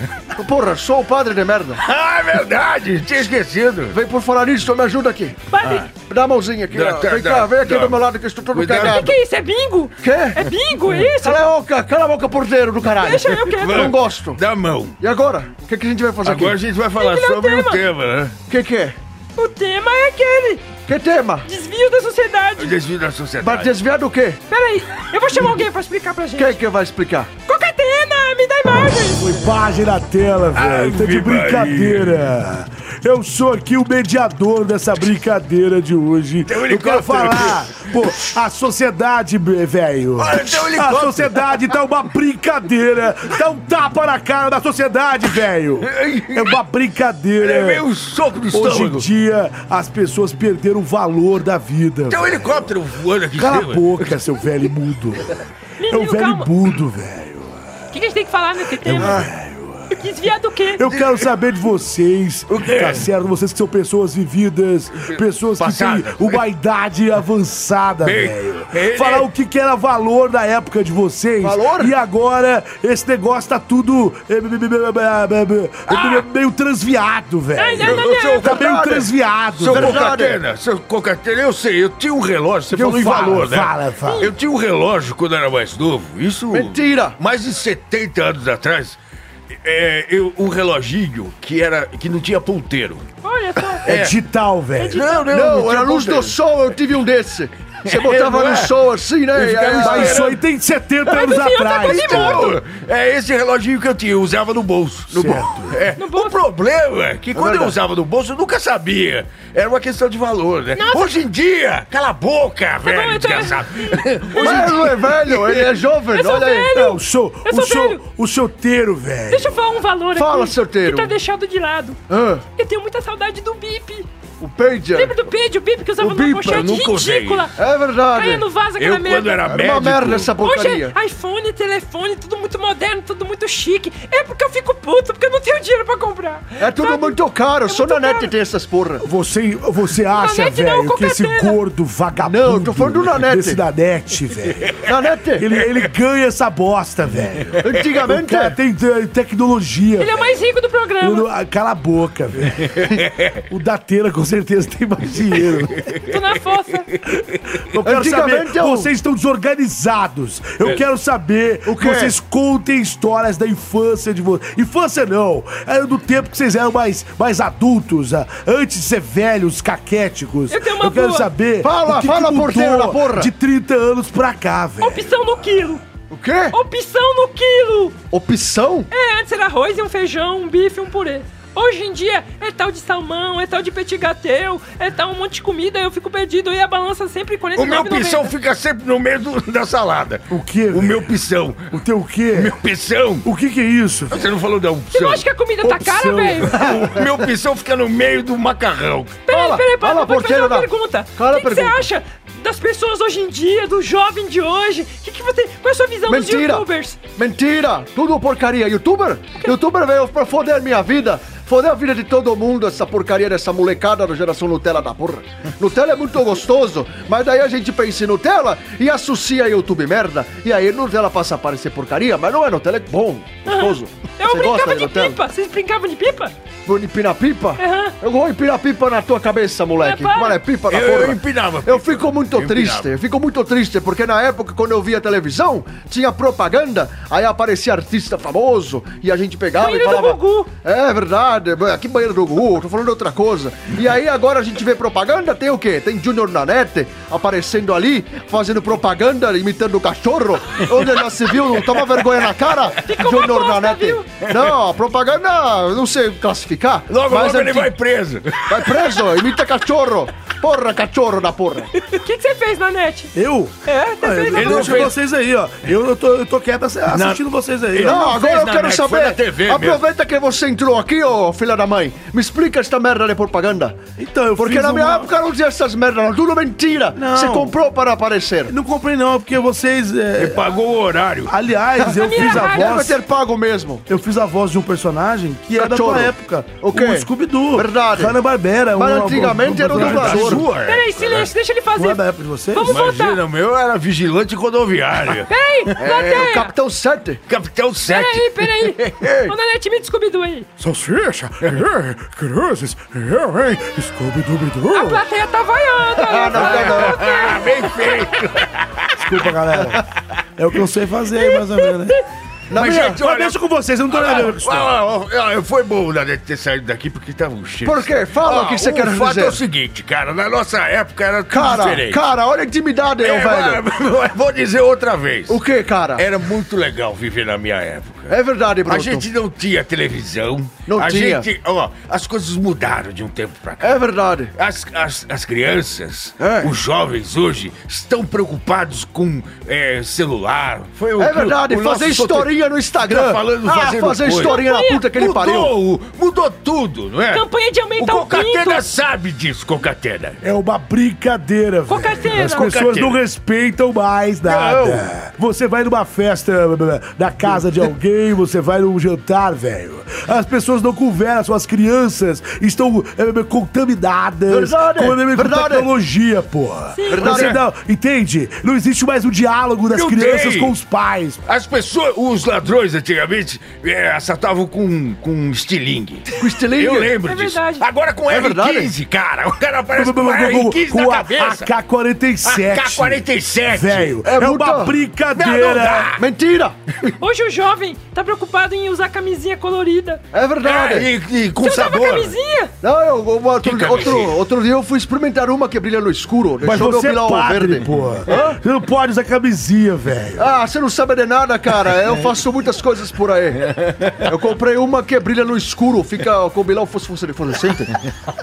Porra, sou o padre de merda.
[LAUGHS] Ah, é verdade! Tinha esquecido! Ah.
Vem por falar nisso, me ajuda aqui.
Padre,
Dá a mãozinha aqui,
Dá,
ó.
tá,
Vem
dá,
cá, vem aqui
dá.
do meu lado que eu estou todo
Cuidado.
cagado.
que isso? É bingo?
Quê?
É bingo isso?
Cala a boca, cala a boca, porteiro do caralho.
Deixa eu quero.
Não gosto.
Da mão.
E agora? O que, que a gente vai fazer
Agora a
aqui?
gente vai falar
Tem que dar um
sobre o
tema.
tema, né?
O que, que é?
O tema é aquele.
Que tema?
Desvio da sociedade.
O desvio da
Vai
sociedade.
desviar do quê?
Peraí, eu vou chamar alguém pra explicar pra gente.
Quem é que vai explicar?
Cocatena, me dá imagem.
Foi página na tela, velho. Tá de
Ave
brincadeira. Eu sou aqui o mediador dessa brincadeira de hoje.
um
Eu quero
helicóptero
falar, pô, a sociedade, be- velho.
Olha, tem um
a
helicóptero.
sociedade tá uma brincadeira. Tá um tapa na cara da sociedade, velho. É uma brincadeira.
Levei um soco no
Hoje em
estômago.
dia, as pessoas perderam o valor da vida.
Tem um helicóptero voando aqui em
Cala
cima.
a boca, seu velho mudo. É um
Menino,
velho
calma.
mudo, velho.
O que que a gente tem que falar nesse tema? Desviar do quê?
Eu quero saber de vocês, tá certo? Vocês que são pessoas vividas, pessoas que têm
Passada.
uma idade avançada,
Bem,
velho.
ele- é-
Falar o que, que era valor na época de vocês.
Valor?
E agora esse negócio tá tudo eh, be- be- be- be- be- be-
Ah!
meio transviado,
Ai, não,
velho.
não, não.
Tá meio
Verdade.
transviado,
Seu
velho.
Cocatena, seu Cocatena, eu sei, eu tinha um relógio, você
Eu
falou em
falo,
valor, né?
Então fala, fala.
Eu tinha um relógio quando era mais novo, isso...
Mentira!
Mais de 70 anos atrás, é, eu, um reloginho que, era, que não tinha ponteiro.
Olha só.
É digital, velho.
Não,
Não, era
tinha
a luz do
ponteiro.
sol, eu tive um desse. Você botava
não
no
[LAUGHS] é?
sol assim, né? E aí-
Mas isso aí tem 70 anos
senhor tá
atrás.
com
cara.
Então, é esse reloginho que eu tinha, eu usava no bolso. No
Certo.
bolso. É.
No bolso.
O problema é que quando eu
verdade.
usava no bolso, eu nunca sabia. Era uma questão de valor, né? Hoje em dia, cala a boca,
bom,
velho,
eu tô-
desgraçado.
Mas não é velho, ele
[LAUGHS]
é jovem,
Eu sou
olha aí.
velho.
É, o seu,
Eu
o
sou
seu,
velho.
o seu teiro, velho.
Deixa eu falar um valor
Fala,
aqui.
solteiro.
Que tá deixado de lado.
Ah,
Eu tenho muita saudade do bip.
o Pager.
Lembra do Pedro, o bip que usava
O
numa
Bipa,
pochete
nunca usei.
ridícula?
É verdade.
Caía no vaso aquela
Eu, quando
merda.
era
Era uma
médico...
merda essa
Hoje
porcaria.
é iPhone, telefone, tudo muito moderno, tudo muito chique. É porque eu fico puto, porque eu não tenho dinheiro pra comprar.
É tudo
Sabe?
muito caro,
É
só
muito
na net
caro.
tem essas porra.
Você, você acha,
Nanete não,
velho, que esse
Cocatena.
gordo vagabundo.
Não, eu tô falando do Nanete.
Esse da net, velho.
Na net,
Ele, ele ganha essa bosta, velho. O
antigamente,
cara tem te- tecnologia.
Ele é o mais rico do
Eu
programa.
não- ah, Cala a boca, velho. O Datena com certeza tem mais dinheiro.
[LAUGHS]
né?
Tô na força.
Eu quero
Antigamente
saber,
eu-
vocês estão desorganizados.
É.
Eu quero saber o que
quê?
vocês contem histórias da infância de vocês. Infância não, era do tempo que vocês eram mais, mais adultos, ah, antes de ser velhos, caquéticos.
Eu tenho uma
quero
boa.
saber
Fala,
o que,
fala,
que mudou
porteiro da porra.
de 30 anos pra cá, velho.
Opção no quilo.
o quê?
Opção no quilo.
Opção?
É, antes era arroz e um feijão, um bife e um purê. Hoje em dia é tal de salmão, é tal de petit gâteau, é tal um monte de comida, eu fico perdido e a balança sempre 49,90.
O meu pição fica sempre no meio do- da salada.
O quê,
O
velho?
meu pição.
O teu quê?
Meu pição.
O que que é isso? velho?
Você não falou da
Você não
opção.
acha que a comida tá cara,
Opção.
velho?
O meu pição fica no meio do macarrão.
Peraí,
Fala,
peraí,
fala,
peraí, vou te fazer
porteiro
uma
da-
pergunta.
Cala
o
a
que, que você
pergunta.
acha das pessoas hoje em dia, do jovem de hoje? Que que você, qual é a sua visão
Mentira!
dos youtubers?
Mentira! Tudo porcaria. Youtuber? Youtuber veio pra foder minha vida. Foder a vida de todo mundo, essa porcaria dessa molecada da geração Nutella da porra.
[LAUGHS]
Nutella é muito gostoso, mas daí a gente pensa em Nutella e associa YouTube merda. E aí Nutella passa a parecer porcaria, mas não é Nutella, é bom, gostoso.
Eu brincava de pipa. Vocês brincavam de pipa?
Vou empinar pipa?
Aham.
Eu vou empinar pipa na tua cabeça, moleque.
É, para.
Mano, é pipa na
Eu- eu
porra.
empinava
Eu
pipa.
fico muito
Eu empinava.
triste. Eu fico muito triste porque na época, quando eu via televisão, tinha propaganda, aí aparecia artista famoso e a gente pegava
Banheiro
e
do
falava.
Gugu.
É verdade. Aqui banheiro do Gugu, tô falando de outra coisa. E aí agora a gente vê propaganda, tem o quê? Tem Junior Nanete aparecendo ali, fazendo propaganda, imitando o cachorro. Onde já se viu, toma vergonha na cara.
é uma bosta, viu?
Não, a propaganda, eu não sei classificar ficar.
Logo,
mais
logo ele
antigo.
vai preso.
Vai preso, imita cachorro. Porra, cachorro da porra.
O que, que você fez na net?
Eu?
É, você
Ah,
fez na
eu tô
net.
deixando vocês aí, ó. Eu, eu tô, eu tô quieto ass- assistindo vocês aí.
Não,
ó.
agora eu
na
quero
net, foi
saber.
na TV mesmo.
aproveita que você entrou aqui, ô filha da mãe. Me explica esta merda de propaganda.
Então, eu
Porque
fiz
na minha
uma-
época não tinha essas merdas, não. tudo mentira.
Não.
Você comprou para aparecer.
Não comprei não, porque vocês... é,
Ele pagou o horário.
Aliás, eu
minha
fiz a
raiva.
Deve
voz...
ter pago mesmo.
Eu fiz a voz de um personagem que era da
Cachorro.
tua época.
O quê?
Scooby-Doo.
Verdade.
Hanna-Barbera. um-
Mas antigamente era o
personagem
dublador.
da sua.
Peraí, silêncio, deixa ele
Não é
fazer.
da época de vocês?
Vamos voltar.
Imagina, o meu era vigilante rodoviário.
[LAUGHS] Peraí,
É,
plateia.
Capitão 7.
Capitão 7.
Peraí, peraí.
[LAUGHS]
Ô, Nanete, me descobriu do aí.
Salsicha, é, cruzes, é, é,
A
Scooby-Dooby-Doo.
plateia tá vaiando. aí, tá vaiando.
Ah, bem feito.
Desculpa, galera. É o que eu sei fazer, mais ou menos. né?
Mas, gente,
Mas
olha...
deixa com vocês, eu não tô
Ah,
nada a ver com isso.
ah, ah, ah, foi bom né, ter saído daqui porque tava um cheiro.
Por quê? Fala o que você quer
O fato
dizer.
é o seguinte, cara. Na nossa época era tudo
Cara,
diferente.
cara, olha a intimidade,
É, [LAUGHS]
ô velho.
mas- Vou dizer outra vez.
O que, cara? É,
Era muito legal viver na minha época.
verdade, Bruno.
A gente não tinha televisão.
Não
a
tinha.
gente, ó, as coisas mudaram de um tempo pra cá.
É verdade.
As, as, as crianças,
É.
os jovens hoje, estão preocupados com é, celular. Foi o
É
que o-
verdade,
o nosso
fazer
sote-
historinha no Instagram.
Tá falando,
ah,
fazendo
fazer
coisa.
historinha na puta que ele
mudou,
pariu.
o- mudou tudo, não é?
Campanha de
o
aumentar o,
Cocatena
pinto.
sabe disso, Cocatena.
É uma brincadeira, velho.
Cocateira.
As pessoas
Cocateira.
não respeitam mais nada. Você vai numa festa blá, blá, blá, da casa
[LAUGHS]
de alguém, você vai num jantar, velho. As pessoas não conversam, as crianças estão eh, contaminadas
Verdade,
com, eh, com
verdade.
tecnologia, porra.
Verdade.
Você não, entende? Não existe mais o diálogo das
Não
crianças
tem.
com os pais.
As pessoas, os ladrões antigamente, é, assaltavam com, com estilingue.
Com estilingue?
Eu lembro
É
disso.
verdade.
Agora com
É verdade?
R15, cara. O cara aparece com
[LAUGHS] Com- com- com-
R15
com
na
a
cabeça.
AK-47.
AK-47.
Velho, é,
É
uma
muita-
brincadeira.
Não, não dá.
Mentira!
Hoje o jovem tá preocupado em usar camisinha colorida. Ah,
É
É,
verdade.
e, e com
Você usava
sabor.
camisinha?
Não, eu, eu- outro,
Que
outro,
camisinha?
outro dia eu fui experimentar uma que brilha no escuro.
Mas
eu
você é
brilhar o
padre, porra. Você não pode usar camisinha, velho.
Ah, você não sabe de nada, cara.
[LAUGHS]
Eu faço muitas coisas por aí. Eu comprei uma que brilha no escuro, fica com o bilão fosforescente.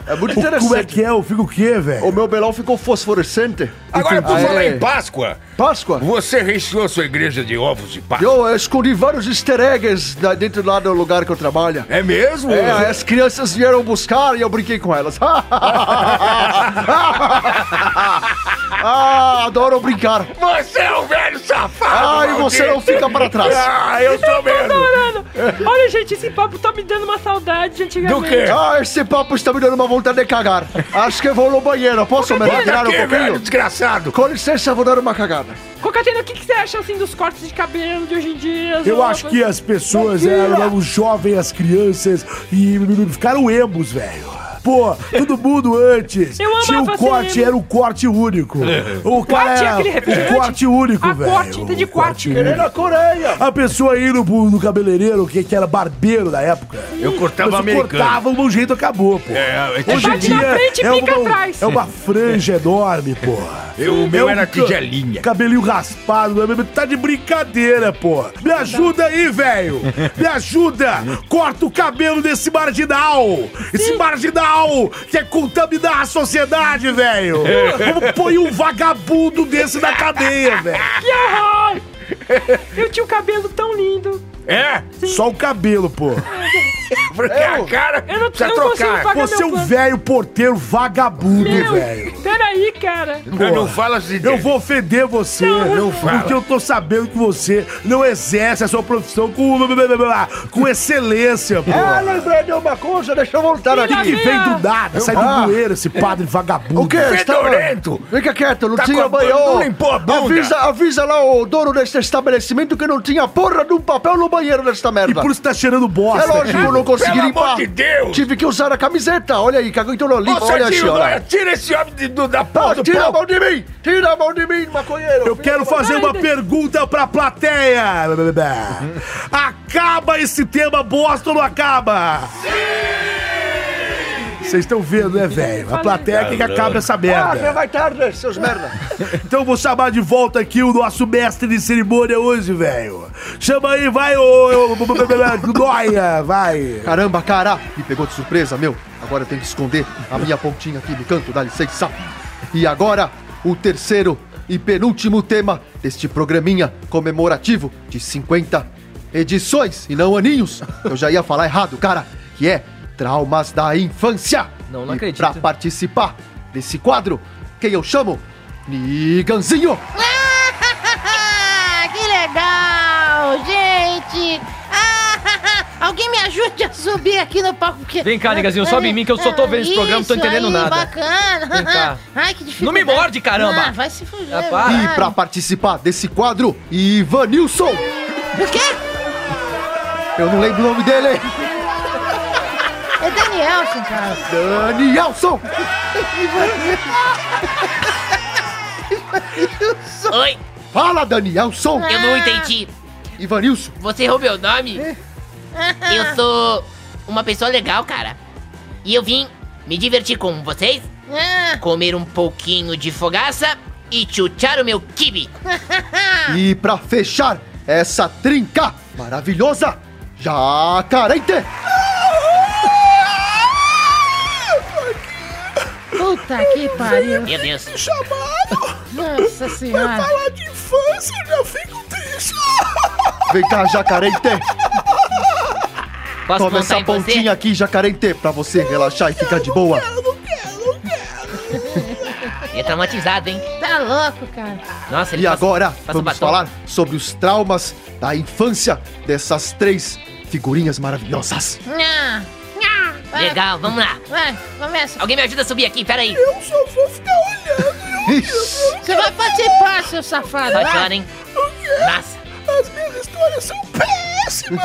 É muito
O- Como é
interessante.
que é? Eu fico o quê,
O
velho?
meu bilão ficou fosforescente.
Agora, por
Aê.
falar em Páscoa,
Páscoa.
você recheou sua igreja de ovos de Páscoa.
Eu escondi vários easter eggs da- dentro lá do lugar que eu trabalho.
É mesmo?
É, aí as crianças vieram buscar e eu brinquei com elas. [LAUGHS] ah, adoro brincar.
Você é um velho safado.
Ah, e
maldito.
você não fica pra trás.
Ah, eu sou mesmo.
Adorando. Olha, gente, esse papo tá me dando uma saudade de antigamente.
Do quê?
Ah, esse papo está me dando uma vontade de cagar. Acho que eu vou no banheiro. Posso me retirar um
Aqui, velho,
pouquinho?
desgraçado.
Com licença, vou dar uma cagada.
Cocatena, o que, que você acha assim dos cortes de cabelo de hoje em dia? as
Eu
roupas?
acho que é as pessoas eram os jovens, as crianças, e ficaram emos, velho. Pô, todo mundo antes
Eu amava
tinha o
ser
corte,
emo.
era o corte único. O cara
Corte é
era
aquele refrigerante?
o corte único,
Ah,
velho.
corte, entendi,
O
corte.
corte único.
na Coreia.
A pessoa indo pro, no cabeleireiro, que, que era barbeiro da época.
Eu cortava
Você
americano.
cortava, um jeito acabou, pô.
É,
Hoje em
Bate na
dia
frente e
é
pica
uma,
atrás.
é uma franja enorme, porra.
Eu- o meu
É um
era
ca-
tigelinha.
Cabelinho raspado, meu amigo, tá de brincadeira, porra. Me ajuda aí, velho. Me ajuda. Corta o cabelo desse marginal. Esse marginal quer contaminar a sociedade,
[LAUGHS]
velho. Vamos pôr um vagabundo desse na cadeia, velho.
Que horror! Eu tinha um cabelo tão lindo.
É?
Só o cabelo, pô.
Porque É
É,
a cara
Eu não, eu
precisa
não consigo
trocar.
pagar
Você é
meu
um
plano.
velho porteiro vagabundo, velho.
Meu, peraí, cara.
Eu não falo assim.
Eu vou ofender você,
não fala.
porque eu tô sabendo que você não exerce a sua profissão com, com excelência, pô.
É,
Ah, lembrei de uma coisa, deixa eu voltar
O que, que
aqui.
vem do nada? Sai
Ah.
do bueiro esse padre um vagabundo. tá
O quê?
Fedorento.
Fica quieto, não
Tá com
tinha
a bu-
banheiro.
não limpou a bunda.
Avisa, avisa lá o dono deste estabelecimento que não tinha porra de um papel no banheiro desta
E
merda.
por isso tá cheirando
É
bosta.
lógico, eu não consegui
Pelo
limpar.
amor de Deus.
Tive que usar a camiseta. Olha aí, cagou então não limpa.
Ô,
Olha a
Serginho, é
senhora.
Noia, tira esse homem de- do- da
Ah,
porra do
tira a
pau.
mão de mim! Tira a mão de mim, maconheiro!
Eu quero fazer uma pergunta pra plateia. Acaba esse tema bosta ou não acaba? Sim! Vocês estão vendo, né, velho? A plateia que, que acaba essa
Ah,
merda.
Ah, vai tarde, seus merda.
Então eu vou chamar de volta aqui o nosso mestre de cerimônia hoje, velho. Chama aí, vai, ô. ô, ô, Noia, vai.
Caramba, cara! Me pegou de surpresa, meu. Agora eu tenho que esconder a minha pontinha aqui no canto, dá licença. E agora, o terceiro e penúltimo tema deste programinha comemorativo de 50 edições e não aninhos. Eu já ia falar errado, cara, que é traumas da infância.
Não, não
e
acredito.
Pra participar desse quadro, quem eu chamo? Niganzinho!
Ah, que legal, gente! [LAUGHS] Ah, alguém me ajude a subir aqui no palco. Porque...
Vem cá, Nigazinho, sobe em mim que eu só tô vendo esse programa, não tô
Isso
entendendo
aí,
nada.
bacana.
Vem cá.
[LAUGHS] Ai, que difícil.
Não me morde, caramba.
Ah, vai se fuder.
Ah, para.
vai.
E pra participar desse quadro, Ivanilson!
O quê?
Eu não lembro o nome dele!
É Danielson, cara. [LAUGHS]
Danielson!
Oi,
Fala, Danielson!
eu não entendi.
Ivanilson!
Você errou meu nome? [LAUGHS] Eu sou uma pessoa legal, cara. E eu vim me divertir com vocês,
Ah,
comer um pouquinho de fogaça e chuchar o meu
[LAUGHS]
kibe.
E pra fechar essa trinca maravilhosa, Jacarente!
puta que pariu.
Meu Deus.
Nossa senhora.
de infância, eu fico triste.
Vem cá, Jacarente!
Posso
Toma
contar
essa
em você?
pontinha aqui, Jacarente, pra você relaxar e ficar de boa.
É traumatizado, hein?
Tá louco, cara.
Nossa, ele
E
passa-
agora,
passa
vamos
batom.
falar sobre os traumas da infância dessas três figurinhas maravilhosas.
Ah, ah, vai,
Legal, vamos lá.
Vai, começa.
Alguém me ajuda a subir aqui, peraí.
Ixi,
Você vai participar, seu safado.
Vai
vai.
chorar, hein? Nossa. As minhas histórias são péssimas.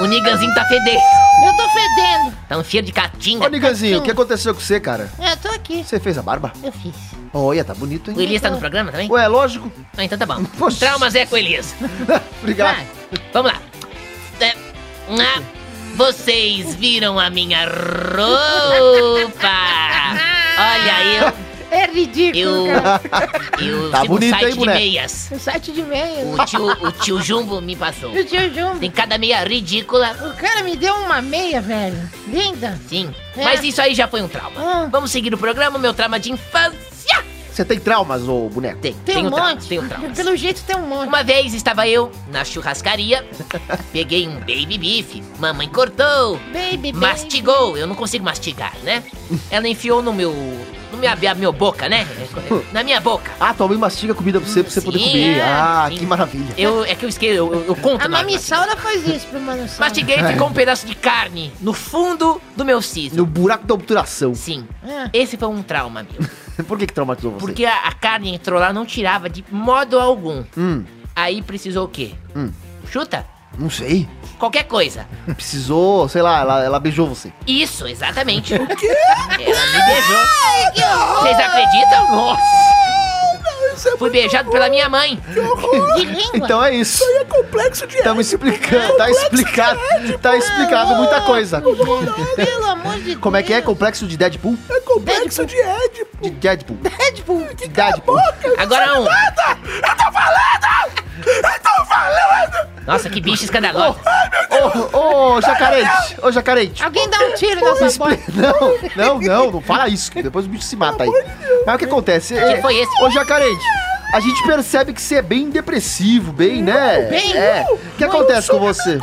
O Niganzinho tá fedendo.
Eu tô fedendo.
Tá um cheiro de catinga.
Ô, Niganzinho, o que aconteceu com você, cara?
Eu tô aqui.
Você fez a barba?
Eu fiz.
Olha, tá bonito,
O
hein?
Elias tá no programa também?
Ué, lógico.
Ah, então tá bom.
[LAUGHS] Poxa.
Traumas é com o Elias.
[LAUGHS] Obrigado.
Vamos lá. É, ah, vocês viram a minha
[LAUGHS]
[LAUGHS]
roupa? Olha,
É
eu.
ridículo, cara.
Eu. Eu
Tá
sigo um
bonito,
site
hein,
de
boneco?
meias.
O site de meia.
O tio, o tio Jumbo me
[LAUGHS]
passou.
O tio Jumbo.
Tem cada meia ridícula.
O cara me deu uma meia, velho. Linda.
Sim,
É.
mas isso aí já foi um trauma.
Ah.
Vamos seguir o programa, meu trauma de infância.
Você tem traumas, ô boneco?
Tem,
Tem, um
um trauma,
monte.
tem um trauma.
Pelo jeito tem um monte.
Uma vez estava eu na
[LAUGHS]
churrascaria, peguei um baby beef, mamãe cortou,
Baby, baby.
mastigou, eu não consigo mastigar, né? Ela enfiou no meu, no minha, minha, minha boca,
[LAUGHS]
né? [LAUGHS] Na minha boca.
Ah, tua mãe mastiga comida pra você, pra você poder
Sim,
comer.
é,
Ah,
sim.
que maravilha.
Eu, é que eu esqueço, eu, eu- eu conto.
A
na-
Mami Saura faz isso pro Mano Saura. [LAUGHS]
Mastiguei
É.
e ficou um pedaço de carne no fundo do meu siso.
No buraco da obturação.
Sim,
Ah.
esse foi um trauma meu.
Por que que traumatizou você?
Porque a, a carne entrou lá, não tirava de modo algum.
Hum,
Aí precisou o quê?
Hum.
Chuta?
não sei.
Qualquer coisa.
Precisou, sei lá, ela, ela beijou você.
Isso,
[LAUGHS]
exatamente. O quê? Ela me beijou. Vocês acreditam? Nossa!
é
Fui beijado pela minha mãe.
De língua.
[LAUGHS] Então é isso.
É complexo de
Estamos explicando, [LAUGHS] tá explicado, tá explicado muita coisa. [LAUGHS]
Pelo amor de Deus.
Como é que é? Complexo de Deadpool?
É complexo de Edipo.
De Deadpool. [LAUGHS]
Deadpool.
Deadpool.
Agora um. Eu tô falando! Eu tô falando! Nossa, que bicho escandaloso.
Oh,
Oh,
Ô, ô, jacarente. Ô, jacarente.
Alguém dá um tiro nessa bola.
Expli- [LAUGHS] Não, não, não, não fala isso, que depois o bicho se mata aí. Mas o que acontece?
que foi esse?
Ô, Jacarente, a gente percebe que você é bem depressivo, bem, né?
bem.
É. O que acontece com você?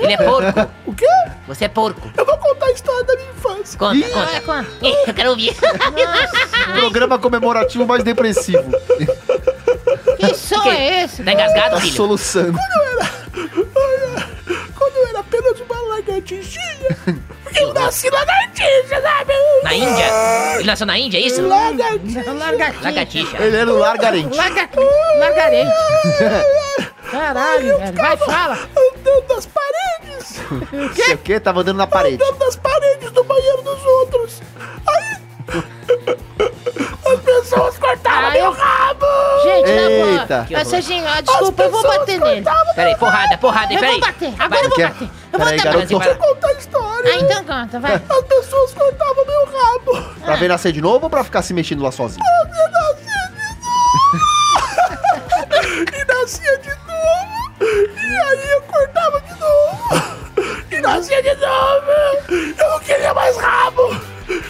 Ele é porco. O quê? Você é
[LAUGHS]
porco. Eu vou contar a
Ih.
história da minha infância. Conta,
Vai,
conta. Eu quero ouvir.
Um Programa comemorativo mais depressivo.
[LAUGHS] Que som é esse?
Tá engasgado,
Tá
filho?
soluçando.
Quando eu era apenas uma lagartixinha, eu nasci lagartixa, sabe?
Na Índia? Ele nasceu na Índia, é isso?
Lagartixa. um
Largatinho.
Lagartixa.
Ele era o Largarente.
Larga... Largarente. Caralho, velho. Vai, fala.
Andando nas paredes.
Não sei o quê, tava andando na parede.
Andando nas paredes do banheiro dos outros. Aí... As pessoas cortaram
Ai.
meu rabo.
Gente, na
Eita.
boa. Serginho, ah, desculpa, eu vou
pessoas
bater nele.
Peraí, porrada, porrada,
Eu
peraí.
vou bater. Agora eu vou
Quer?
bater. Eu vou
Peraí,
até
garoto.
bater.
Brasil, vai lá.
Conta a história. história.
Ah, então conta, vai.
As pessoas cortavam meu rabo.
Pra ver nascer de novo ou pra ficar se mexendo lá sozinho?
e nascia de novo. E aí eu cortava de novo. E nascia de novo. Eu não queria mais rabo.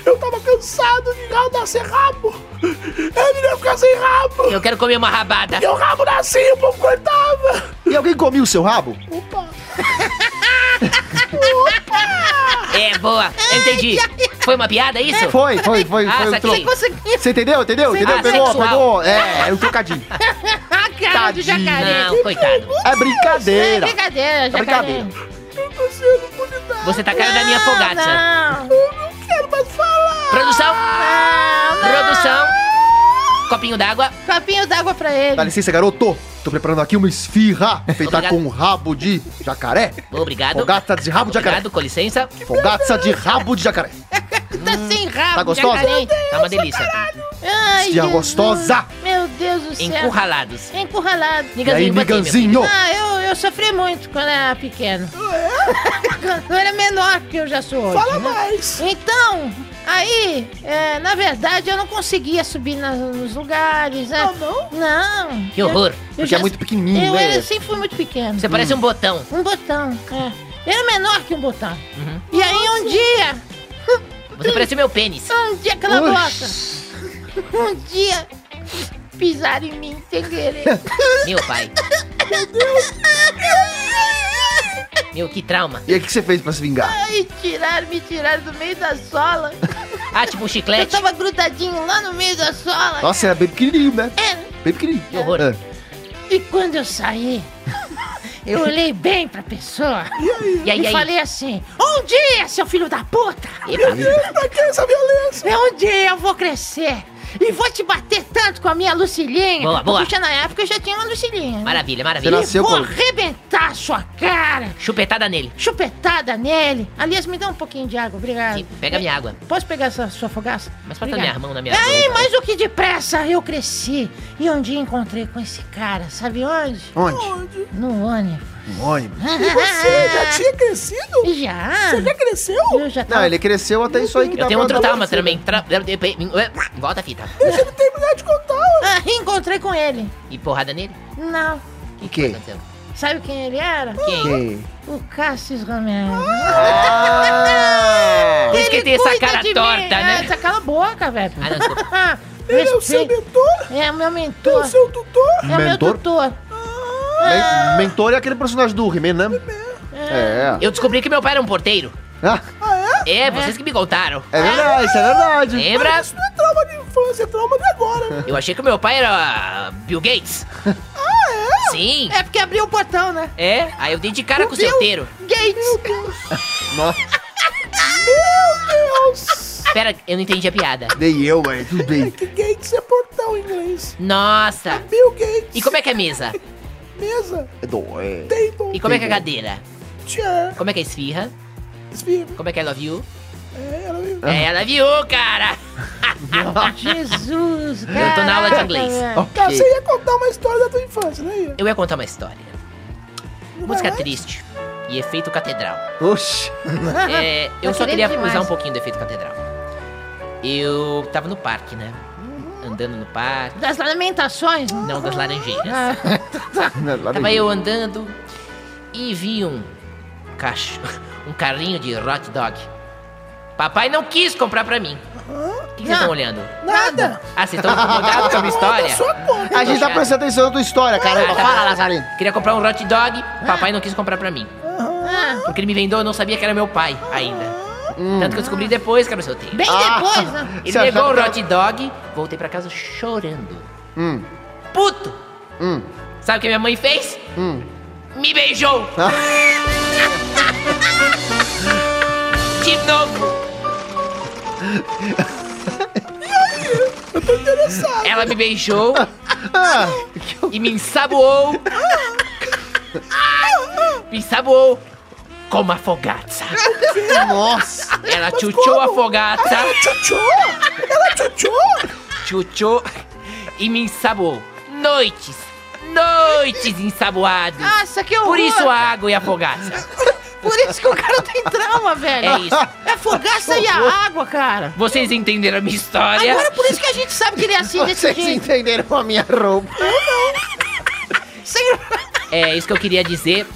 Eu tava cansado de ra- nascer rabo. Eu queria ficar
[LAUGHS]
sem rabo.
Eu quero comer uma rabada.
E o rabo nascia e o povo cortava.
E alguém comia o seu rabo?
É, boa. Eu entendi. Foi uma piada É
É.
isso?
Foi, foi, foi.
Ah,
foi o
saquei.
troco. Você entendeu? Entendeu?
Sim,
entendeu?
ah,
Pegou,
sexual.
pegou. É, é um trocadinho.
A Ah, cara do jacaré.
Não, coitado.
É
É
brincadeira.
É
brincadeira, jacaré.
brincadeira.
Você tá a cara da minha fogata.
Não, Tá
Produção,
não, não.
produção. Copinho d'água.
Copinho d'água pra ele.
Dá licença, garoto. Tô preparando aqui uma esfirra feita
Obrigado.
com rabo de jacaré.
Obrigado.
Fogata de rabo de jacaré.
Obrigado, com licença.
Fogata de rabo de jacaré.
Tá sem rabo,
Tá gostosa?
jacaré.
Tá uma delícia.
Ai,
Tia
Jesus.
gostosa.
Meu Deus do céu.
Encurralados.
Encurralado.
E
botei,
aí,
meu filho.
miganzinho?
Ah, eu, eu sofri muito quando era pequeno.
Ah, é?
[LAUGHS] quando eu era menor que eu já sou hoje. Fala mais. Então, aí, é, na verdade, eu não conseguia subir nas- nos lugares, né? não? Não.
Que horror.
Eu
Ah, Porque é muito pequenininho,
eu,
né?
eu sempre fui muito pequeno.
Você parece um botão. Uhum.
Um botão, é. Eu era menor que um botão. E aí, um dia,
Você parece o meu pênis.
um dia, cala a boca. Um dia, pisaram em mim sem querer.
Meu pai. Meu, que trauma.
E aí, o que você fez pra se vingar?
Ai, tiraram, me tiraram do meio da sola.
Ah, tipo um
Eu
chiclete.
tava grudadinho lá no meio da sola.
Nossa, era bem pequenininho, né? Bem pequenininho.
Que horror.
É.
E quando eu saí, eu olhei bem pra pessoa
E aí,
e
e aí?
falei assim: Um dia, seu filho da puta!
Pra que essa violência?
É um dia eu vou crescer e vou te bater tanto com a minha Lucilinha.
Boa, boa.
Porque já na época eu já tinha uma Lucilinha. né?
Maravilha,
E
maravilha.
Será- Nasceu
vou
com-
arrebentar sua cara,
Chupetada nele.
chupetada nele. Aliás, me dá um pouquinho de água, obrigado. É,
Sim, Tipo, Pega minha água.
Posso pegar essa sua fogaça?
Mas bota
Obrigado.
minha mão na minha
Aí,
boca.
mas o que depressa eu cresci. E um dia encontrei com esse cara, sabe onde?
Onde?
No ônibus.
Um ônibus.
E você [LAUGHS]
Já tinha crescido?
Já?
Já cresceu?
Eu já
Não,
tava...
ele cresceu até isso aí que
Eu
dá
tenho um
pra
outro
dar
trauma
pra-
também. Tra- Volta a fita.
Deixa ele terminar de contar.
Ah, encontrei com ele.
E porrada nele?
Não.
O quê?
Aconteceu.
Sabe quem ele era?
Quem?
Quem?
O Cassius Romero. [LAUGHS]
Ah!
Por isso que ele tem essa
cuida
cara
de mim.
torta,
É,
né?
essa cala a boca, velho.
Ah, não, desculpa.
[LAUGHS]
Ele é o seu
Respeito.
mentor?
É o meu
É
mentor.
o seu tutor?
É o meu
Mentor?
tutor.
Men- Mentor é aquele personagem do He-Man, né? É.
Eu descobri que meu pai era um porteiro.
Ah,
É, vocês que me contaram.
é verdade, isso é verdade.
Lembra?
Isso não é trauma de infância, é trauma de agora. né?
Eu achei que meu pai era Bill Gates. Sim.
É porque abriu o portão, né?
É, aí eu dei de cara com o
Bill.
solteiro.
Gates.
Nossa,
Espera, eu não entendi a piada.
nem eu,
é,
mãe. Tudo bem.
Que Gates é portão em inglês.
Nossa.
Bill Gates.
E como é que é a mesa?
Mesa,
É do- é.
table,
E como é que é a cadeira?
chair,
Como é que é a esfirra?
esfirra.
Como é que é I love you?
É, ela me...
Ah.
É, ela viu, cara.
[LAUGHS] Jesus, cara.
Eu tô na aula de inglês.
Cara, você ia contar uma história da tua infância, né? Ia?
Eu ia contar uma história. Música
vai?
triste e efeito catedral.
Oxi.
É, eu
Tá
só queria
querendo demais.
usar um pouquinho do efeito catedral. Eu tava no parque, né? Andando no parque.
Das lamentações. né?
Não, das laranjeiras.
Ah,
Né, lá
Tava
vem.
eu andando e vi um cacho... [LAUGHS] um carrinho de hot dog. Papai não quis comprar pra mim. O que vocês
Ah,
estão olhando?
Nada.
Ah, vocês estão incomodados com
[LAUGHS]
a minha história?
A gente tá prestando atenção na tua história, caramba. Fala, Ah. Lazarino.
Ah, tá Queria comprar um hot dog, papai não quis comprar pra mim.
ah.
Porque ele me vendeu, eu não sabia que era meu pai ainda.
Hum.
Tanto que eu descobri depois que era o sorteio.
Bem
[LAUGHS]
depois, né?
Ah. Ele
Você
pegou
achava
o
que era- Hum.
hot dog, voltei pra casa chorando. Puto! Sabe o que minha mãe fez?
Hum.
Me
[LAUGHS]
beijou!
Ah.
De novo! Ela me beijou e me ensaboou. me ensaboou com uma fogata.
Nossa.
Ela chuchou a fogata. Chuchou e me ensabou. Noites, noites ensaboados.
Nossa, que horror.
Por isso a água e a fogaça.
Por isso que o cara tem trauma, velho.
[LAUGHS] É isso.
É a fogaça e a água, cara.
Vocês entenderam a minha história?
Agora é por isso que a gente sabe que ele é assim desse jeito.
entenderam a minha roupa?
É isso que eu queria dizer.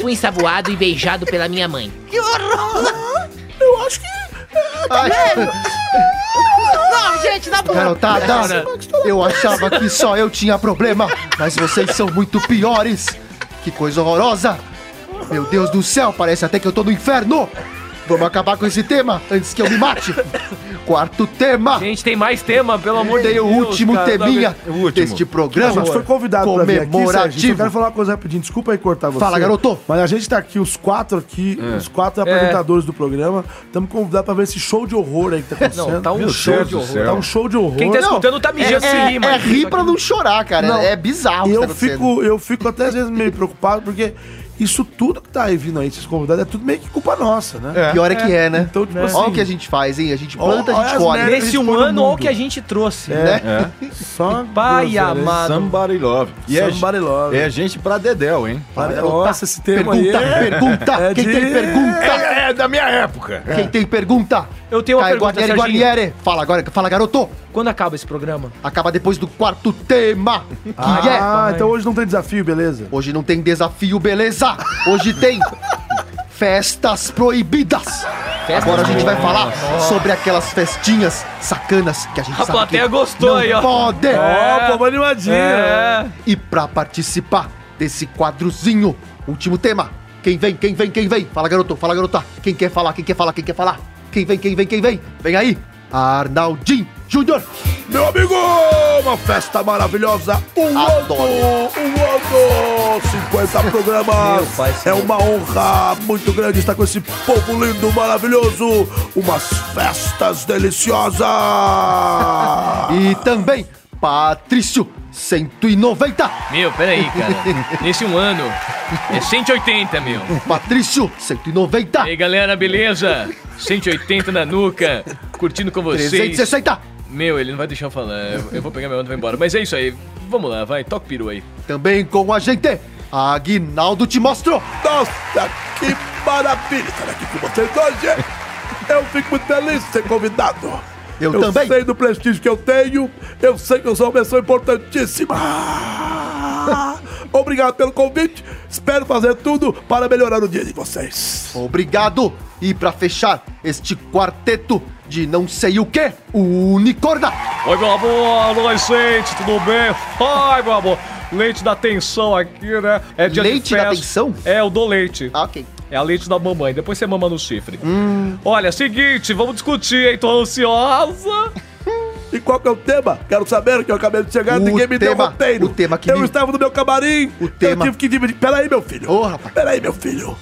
Fui ensaboado e beijado pela minha mãe.
Que horror! Eu acho que.
Ai.
Velho! Não, gente, na boa.
Garotada, eu achava que só eu tinha problema, mas vocês são muito piores. Que coisa horrorosa. Meu Deus do céu, parece até que eu tô no inferno. Vamos acabar com esse tema antes que eu me mate. Quarto tema.
Gente, tem mais tema, pelo amor de
Dei
Deus.
o último
cara, tá
teminha
vendo?
deste
Não,
programa.
a gente foi convidado pra vir aqui, Sérgio. Só
comemorativo.
quero falar uma coisa rapidinho. Desculpa aí cortar você.
Fala, garoto.
Mas a gente tá aqui, os quatro aqui,
É.
os quatro
É.
apresentadores do programa. Estamos convidados pra ver esse show de horror aí que tá acontecendo.
Não, tá um
Meu
show
Deus
de
do
horror.
céu. Tá um show de horror.
Quem tá
Não,
escutando tá mijando em
é, é,
rima.
é rir pra não chorar, cara.
Não.
É bizarro. o
E
que
eu
tá acontecendo.
fico, eu fico até às vezes meio preocupado, porque isso tudo que tá aí vindo aí, esses convidados, é tudo meio que culpa nossa, né?
Pior é que é, né?
Então, tipo
Olha
assim-
o que a gente faz, hein? A gente
Olha-
planta, a
olha
gente
as
colhe. Né?
merdas
Nesse um
põe no
ano, olha o
mundo.
que a gente trouxe.
É.
É.
Só
Pai
Deus, né?
amado.
Somebody Love. E é,
Somebody Love.
é gente pra Dedéu, hein?
Nossa, esse tema aí.
Pergunta,
é-
pergunta.
É
Quem
de-
tem pergunta?
É, é da minha época.
Quem tem pergunta?
Eu tenho uma
Caio
pergunta,
Guarnieri,
Serginho.
Guarnieri. Fala agora, fala garoto.
Quando acaba esse programa?
Acaba depois do quarto tema, que
Ah,
é...
então hoje não tem desafio, beleza?
Hoje não tem desafio, beleza? Hoje tem festas proibidas. Agora a gente vai falar sobre aquelas festinhas sacanas que a gente
A
sabe que
plateia gostou
não
aí, ó.
pode.
Ó, pô, animadinho.
É.
E pra participar desse quadrozinho, último tema. Quem vem, quem vem, quem vem? Fala, garoto, fala, garota. Quem quer falar, quem quer falar, quem quer falar? Quem vem, quem vem, quem vem? Vem aí, Arnaldinho Júnior.
Meu amigo, uma festa maravilhosa. Um
Adoro.
ano, um ano,
[LAUGHS]
50 programas. é uma honra muito grande estar com esse povo lindo, maravilhoso. Umas festas deliciosas.
E também, Patrício 190.
Meu, peraí, cara. Nesse um ano, é 180, meu.
Patrício 190.
E aí, galera, beleza? 180 na nuca, curtindo com vocês.
360.
Meu, ele não vai deixar eu falar. Eu, eu vou pegar meu ano e vou embora. Mas é isso aí. Vamos lá, vai. Toca o peru aí.
Também com a gente, Aguinaldo te mostrou.
Nossa, que maravilha estar aqui com vocês hoje. Eu fico muito feliz de ser convidado.
Eu também.
sei do prestígio que eu tenho. Eu sei que eu sou uma pessoa
[LAUGHS]
importantíssima. Obrigado pelo convite. Espero fazer tudo para melhorar o dia de vocês.
Obrigado. E pra fechar este quarteto de não sei o que, o Unicorda.
Oi, meu amor, adolescente, tudo bem? Ai, meu amor. Leite da tensão aqui, né? É dia
Leite
de
da
festa.
tensão?
É, eu dou leite.
Ah, ok. Hum.
É a leite da mamãe. Depois você mama no chifre. Olha, seguinte, vamos discutir, hein? Tô ansiosa.
E qual que é o tema? Quero saber que eu acabei de chegar
O
e ninguém me deu
tema-
roteiro.
o tema que
Eu
me-
estava no meu camarim.
O tema-
Eu tive que dividir. Peraí, meu filho.
Ô, rapaz.
Peraí, meu filho.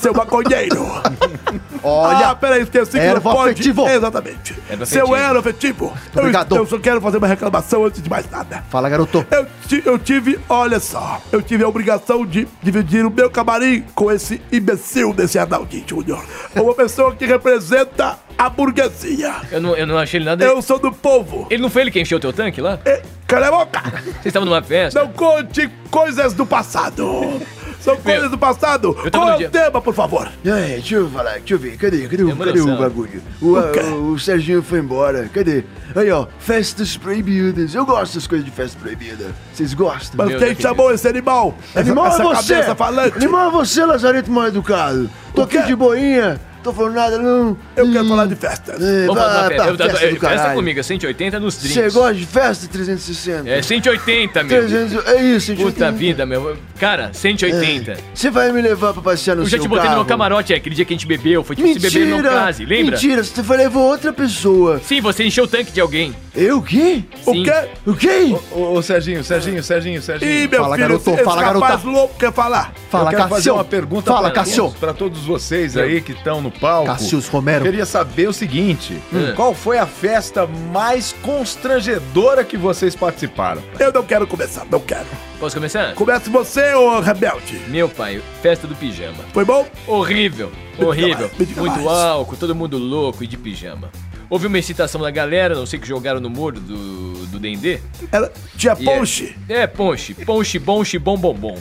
Seu maconheiro.
[LAUGHS] Olha,
ah, peraí, esqueci que
ervo
não pode.
afetivo.
Exatamente.
afetivo.
Seu era afetivo.
Obrigado.
Eu, eu só quero fazer uma reclamação antes de mais nada.
fala garoto.
Eu, ti- eu tive, olha só, eu tive a obrigação de dividir o meu camarim com esse imbecil desse Arnaldinho Júnior. Uma pessoa que representa a burguesia.
Eu não, eu não achei ele nada.
Eu sou do povo.
Ele não foi ele que encheu o teu tanque lá?
E- Cala a boca!
Vocês estavam numa festa?
Não conte coisas do passado. São coisas do passado.
eu tava
Qual
no
é
dia-
o tema, por favor?
É, deixa eu falar, deixa eu ver, cadê, cadê, o,
Demora,
cadê o
Sam.
bagulho? O, o, o Serginho foi embora, cadê? Aí, ó, festas proibidas. Eu gosto das coisas de festa proibida. Vocês gostam?
Mas tá
Meu
quem
Deus.
chamou esse animal?
Animal
essa,
é
essa
você!
cabeça falante.
Animal é você, Lazarento mal educado. Tô
O quê?
aqui de boinha, tô falando nada não.
Eu quero falar de festas.
É,
Vamos fazer uma
vai lá
festa.
pra
Eu- eu-
festa
eu-
do
festa
caralho.
comigo, é 180 nos drinks.
Você gosta de festa 360?
É 180, meu.
300, é isso,
Puta vida, meu. Cara, 180.
É,
Você vai me levar pra passear no
Eu já
seu
te botei no meu
carro?
camarote é, aquele dia que a gente bebeu. Foi tipo se beber não
Mentira!
case, lembra?
Mentira, você foi- levou outra pessoa.
Sim, você encheu o tanque de alguém.
Eu o quê?
O
Sim.
quê?
O quê?
Ô, ô, Serginho, Serginho, Serginho,
Ih,
Serginho.
meu
Fala,
filho,
garoto,
esse
fala,
rapaz
garota.
louco quer falar.
Fala,
eu quero fazer
Cássio.
uma pergunta
Fala,
pra
Cássio.
todos- pra todos vocês aí que estão no palco.
Cássius Romero.
Queria saber o seguinte:
Hum.
qual foi a festa mais constrangedora que vocês participaram?
Eu não quero começar, não quero.
Posso começar?
Comece você, ô rebelde.
Meu pai, festa do pijama.
Foi bom?
Horrível, horrível.
mais, muito
Muito
mais.
álcool, todo mundo louco e de pijama.
Houve uma excitação da galera, não sei que jogaram no muro do, do D&D.
Ela tinha
E é-
ponche.
É, ponche. Ponche, bonche, bom, bom, bom.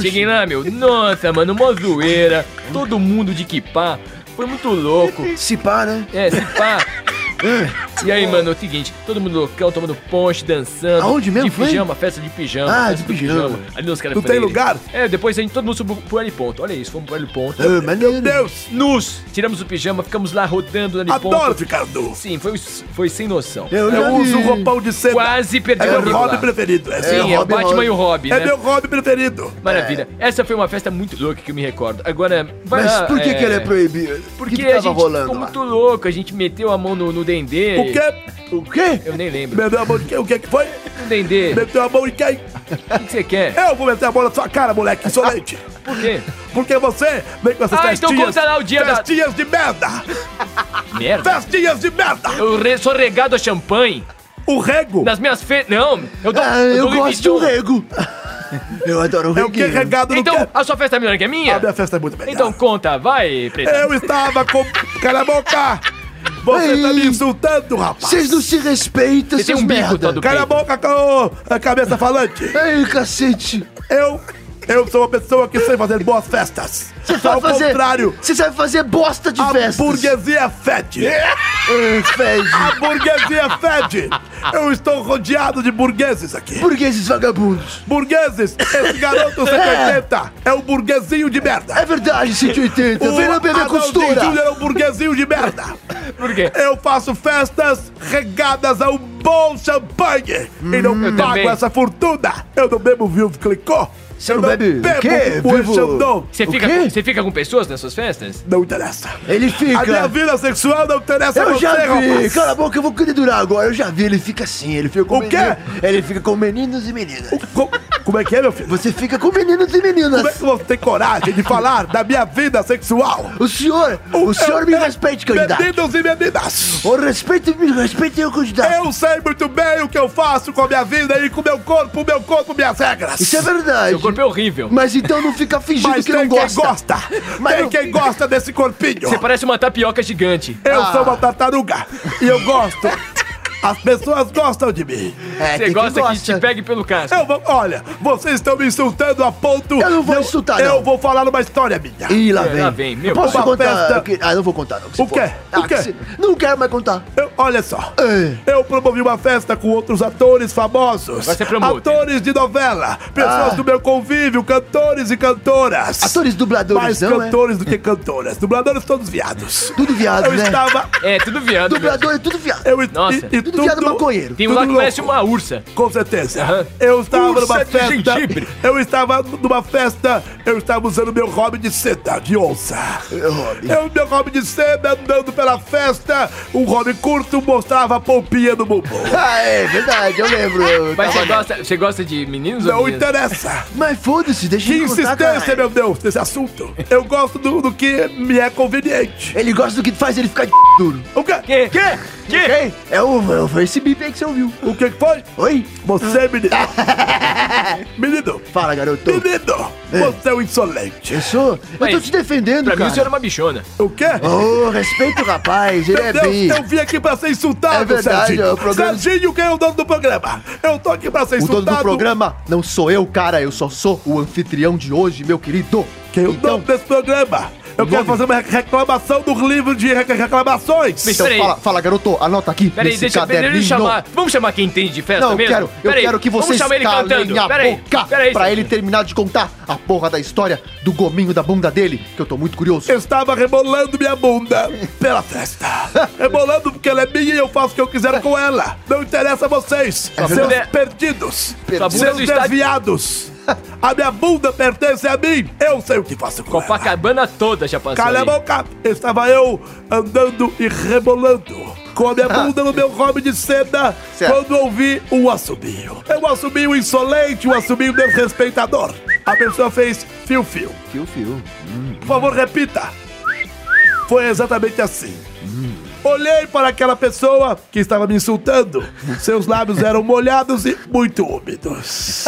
Cheguei lá, meu. Nossa, mano, mó zoeira. Todo mundo de que pá. Foi muito louco.
Se pá, né?
É, se pá. e aí, mano, é o seguinte, todo mundo loucão, tomando ponche, dançando.
Aonde mesmo
De
foi?
pijama, festa de pijama.
Ah,
festa
de pijama.
Ali nos caras
Não tem
Freire.
lugar?
É, depois a gente, todo mundo subiu pro L ponto. Olha isso, fomos pro L ponto.
Ah, maneiro.
Deus!
Nus! Tiramos o pijama, ficamos lá rodando no L ponto.
Adoro ficar nu.
Sim, foi, foi sem noção.
Eu já
Eu uso
vi.
o roupão de seda.
Quase perdeu
É
a
meu
vida
hobby
lá.
preferido. É,
Sim,
meu
é, o
hobby-
Batman e o Robin,
é
né?
meu hobby preferido. É.
Maravilha. Essa foi uma festa muito louca que eu me recordo. Agora, vai
Mas
lá,
por que, que ele é proibido?
Porque
o que que
a
tava
gente
rolando
ficou
lá?
muito louco, a gente meteu a mão no, no Dendê.
O quê?
O quê?
Eu nem lembro.
Meteu a mão de quem? O que que foi?
No Dendê, o
Meteu a mão de quem?
que que você quer?
Eu vou meter a bola na sua cara, moleque
[LAUGHS]
insolente.
Por quê?
Porque você vem com essas
Ah, então
festinhas...
conta lá o dia da-
Festinhas de merda!
[LAUGHS] Merda.
Festinhas de merda!
Eu re- sou regado a champanhe.
O rego
Nas minhas fe... Não, eu dou...
Ah, eu
dou Louis
gosto de um
Vuitton.
rego.
[LAUGHS]
Eu adoro um
é
rego.
o que regado no
Então,
quê?
a sua festa é melhor que a minha?
A minha festa é muito melhor.
Então conta, vai, Preto.
Eu estava com... Cala a boca! Você tá me
Ei.
insultando, rapaz!
Vocês não se respeitam,
Você tem
seus
um bico
merda.
todo-
Cala a boca, ô, a cabeça falante!
Ei, cacete.
Eu... Eu sou uma pessoa que sei fazer boas festas.
Você
Ao
sabe fazer...
contrário,
Você sabe fazer bosta de
a
festas.
burguesia fede.
Ai, fede.
A burguesia fede! Eu estou rodeado de burgueses aqui.
Burgueses vagabundos.
Burgueses, esse
[LAUGHS]
garoto 180 é um burguesinho de merda.
É verdade, 180.
O
Vem na bebê
Arnaldinho
costura.
Júnior é um burguesinho de merda.
Por quê?
Eu faço festas regadas a um bom champanhe e não
Hum.
pago
também.
essa fortuna. Eu não bebo viúvo clicô.
Você
eu
não bebe o
bebo
quê?
o
Vivo-
Xandão.
Você
O
fica,
quê?
você fica com pessoas nessas festas?
Não interessa.
Ele
A minha
fica...
vida sexual não interessa a
Eu
você,
já vi,
rapaz.
cala a boca, eu vou dedurar agora. Eu já vi, ele fica assim, ele fica com
O quê?
menino- Ele fica com meninos e meninas.
Co- Como é que é, meu filho?
Você fica com meninos e meninas.
Como é que você tem coragem de falar da minha vida sexual?
O senhor, o senhor me respeite, candidato.
é Meninos e meninas,
O respeito, me respeite, eu, candidato.
eu sei muito bem o que eu faço com a minha vida e com o meu corpo, meu corpo, minhas regras.
Isso é verdade.
Seu corpo é horrível.
Mas então não fica fingindo
Mas
que
tem
não
quem
gosta.
gosta.
Mas
tem
não-
quem gosta desse corpinho.
Você parece uma tapioca gigante.
Eu
Ah.
sou uma tartaruga e eu gosto. As pessoas gostam de mim.
É,
Você
tem
gosta
quem
que te pegue pelo casco.
Eu vou. Olha, vocês estão me insultando a ponto.
Eu não vou insultar,
Eu
não.
vou falar uma história minha.
Ih, lá
É,
vem.
lá vem, meu.
Eu posso
Uma
contar?
festa-
que- Ah, não vou contar, não. que se
O quê?
for.
O
Ah,
quê?
que se- Não quero mais contar.
Eu- olha só.
É.
Eu promovi uma festa com outros atores famosos.
Vai ser promotor.
Atores de novela. Pessoas
Ah.
do meu convívio, cantores e cantoras.
Atores dubladores,
Mais
não, é?
cantores do que cantoras. Dubladores todos viados.
Tudo viado,
Eu
né?
estava.
É, tudo viado. mesmo.
Dublador é tudo viado.
Eu e,
Nossa.
e, e
Tudo viado maconheiro.
Tem um lá que
tudo
parece
louco.
uma ursa.
Com certeza.
Aham.
Eu estava
Ursa
numa
de
festa.
gengibre.
Eu estava numa festa. Eu estava usando meu hobby de seda, de onça. Eu, meu hobby de seda, andando pela festa. Um hobby curto mostrava a pompinha do bumbum.
[LAUGHS] Ah, é verdade, eu lembro. eu
Mas
tava-
você gosta, você gosta de meninos ou
Não
meninas?
interessa.
Mas foda-se, deixa
Que
eu contar,
insistência,
caralho.
meu Deus, desse assunto. Eu gosto do, do que me é conveniente.
Ele gosta do que faz ele ficar de duro.
O que,
Que? Que?
Ok? É o, é o- foi esse bip aí que você ouviu.
o que que foi?
Oi? Ah.
Você, menino.
[LAUGHS]
menino,
Fala, garoto.
menino, você é um insolente.
Eu sou? Eu tô
Mas,
te defendendo,
Pra mim
cara.
o senhor um era É uma bichona.
O quê?
Ô, Oh, respeita o rapaz,
[LAUGHS]
ele
Meu
é
Deus,
bem.
eu vim aqui pra ser insultado,
É verdade,
Serginho.
é o programa-
Serginho, quem é o dono do programa? Eu tô aqui pra ser
O dono
insultado.
do programa não sou eu, cara. Eu só sou o anfitrião de hoje, meu querido.
Quem é o
Então-
dono desse programa? Eu quero fazer uma rec- reclamação do livro de rec- reclamações.
Mas
Então
peraí,
fala, fala, garoto. Anota aqui
peraí,
nesse
deixa
caderninho.
eu chamar. Vamos chamar quem entende de festa
Não, eu
mesmo?
quero, eu
Peraí,
quero que vocês
Vamos chamar ele
calem
cantando.
a
Peraí,
boca
peraí.
pra ele
Serginho.
terminar de contar a porra da história do gominho da bunda dele, que eu tô muito curioso.
Eu estava rebolando minha bunda pela
[LAUGHS]
festa. Rebolando porque ela é minha e eu faço o que eu quiser com ela. Não interessa a vocês, seus
bunda é-
perdidos,
Sua bunda é
seus
do estádio-
desviados. A minha bunda pertence a mim. Eu sei o que faço com ela.
Copacabana toda já passou.
Cala a
ali.
boca! Estava eu andando e rebolando com a minha bunda no meu hobby de seda quando ouvi um assobio. É um assobio insolente, um assobio desrespeitador. A pessoa fez fio-fio.
fio.
Por favor, repita. Foi exatamente assim. Olhei para aquela pessoa que estava me insultando. Seus lábios eram molhados e muito úmidos.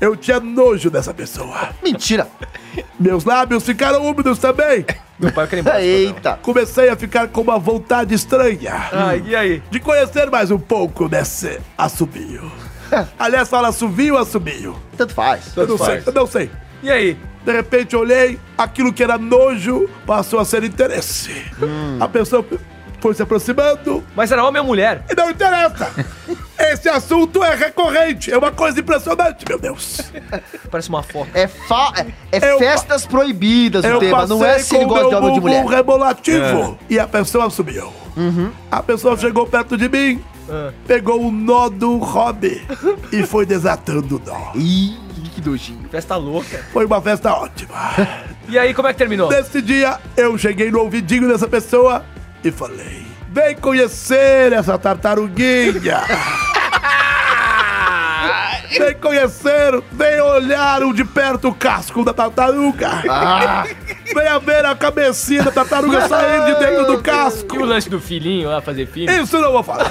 Eu tinha nojo dessa pessoa.
Mentira.
Meus lábios ficaram úmidos também.
Meu pai é quer ir embora.
Eita! Comecei a ficar com uma vontade estranha.
Ai, Ah, e aí?
De conhecer mais um pouco desse assobio. Aliás, fala assobio ou assobio? Tanto faz. Eu
tanto
não sei,
faz.
eu não sei.
E aí?
De repente olhei, aquilo que era nojo passou a ser interesse. A pessoa foi se aproximando.
Hum. Mas era homem ou mulher?
E não
[LAUGHS]
interessa! Esse assunto é recorrente, é uma coisa impressionante, meu Deus!
[LAUGHS] Parece uma foca.
É, fa- é é
Eu pa-
festas proibidas o tema, não é
passei
se ele
com
gosta de
meu
homem ou de
bumbum
mulher.
É.
Uhum.
rebolativo e a pessoa subiu. A pessoa chegou perto de mim,
É.
pegou o nó do hobby e foi desatando o nó.
Ih, que nojinho.
Festa louca.
Foi uma festa ótima.
E aí, como é que terminou?
Nesse dia, eu cheguei no ouvidinho dessa pessoa e falei: Vem conhecer essa tartaruguinha. Vem conhecer, vem olhar o de perto o casco da tartaruga.
Ah.
Venha ver a cabecinha da tartaruga saindo de dentro do casco.
E o lance do filhinho lá, fazer filho?
Isso eu não vou falar.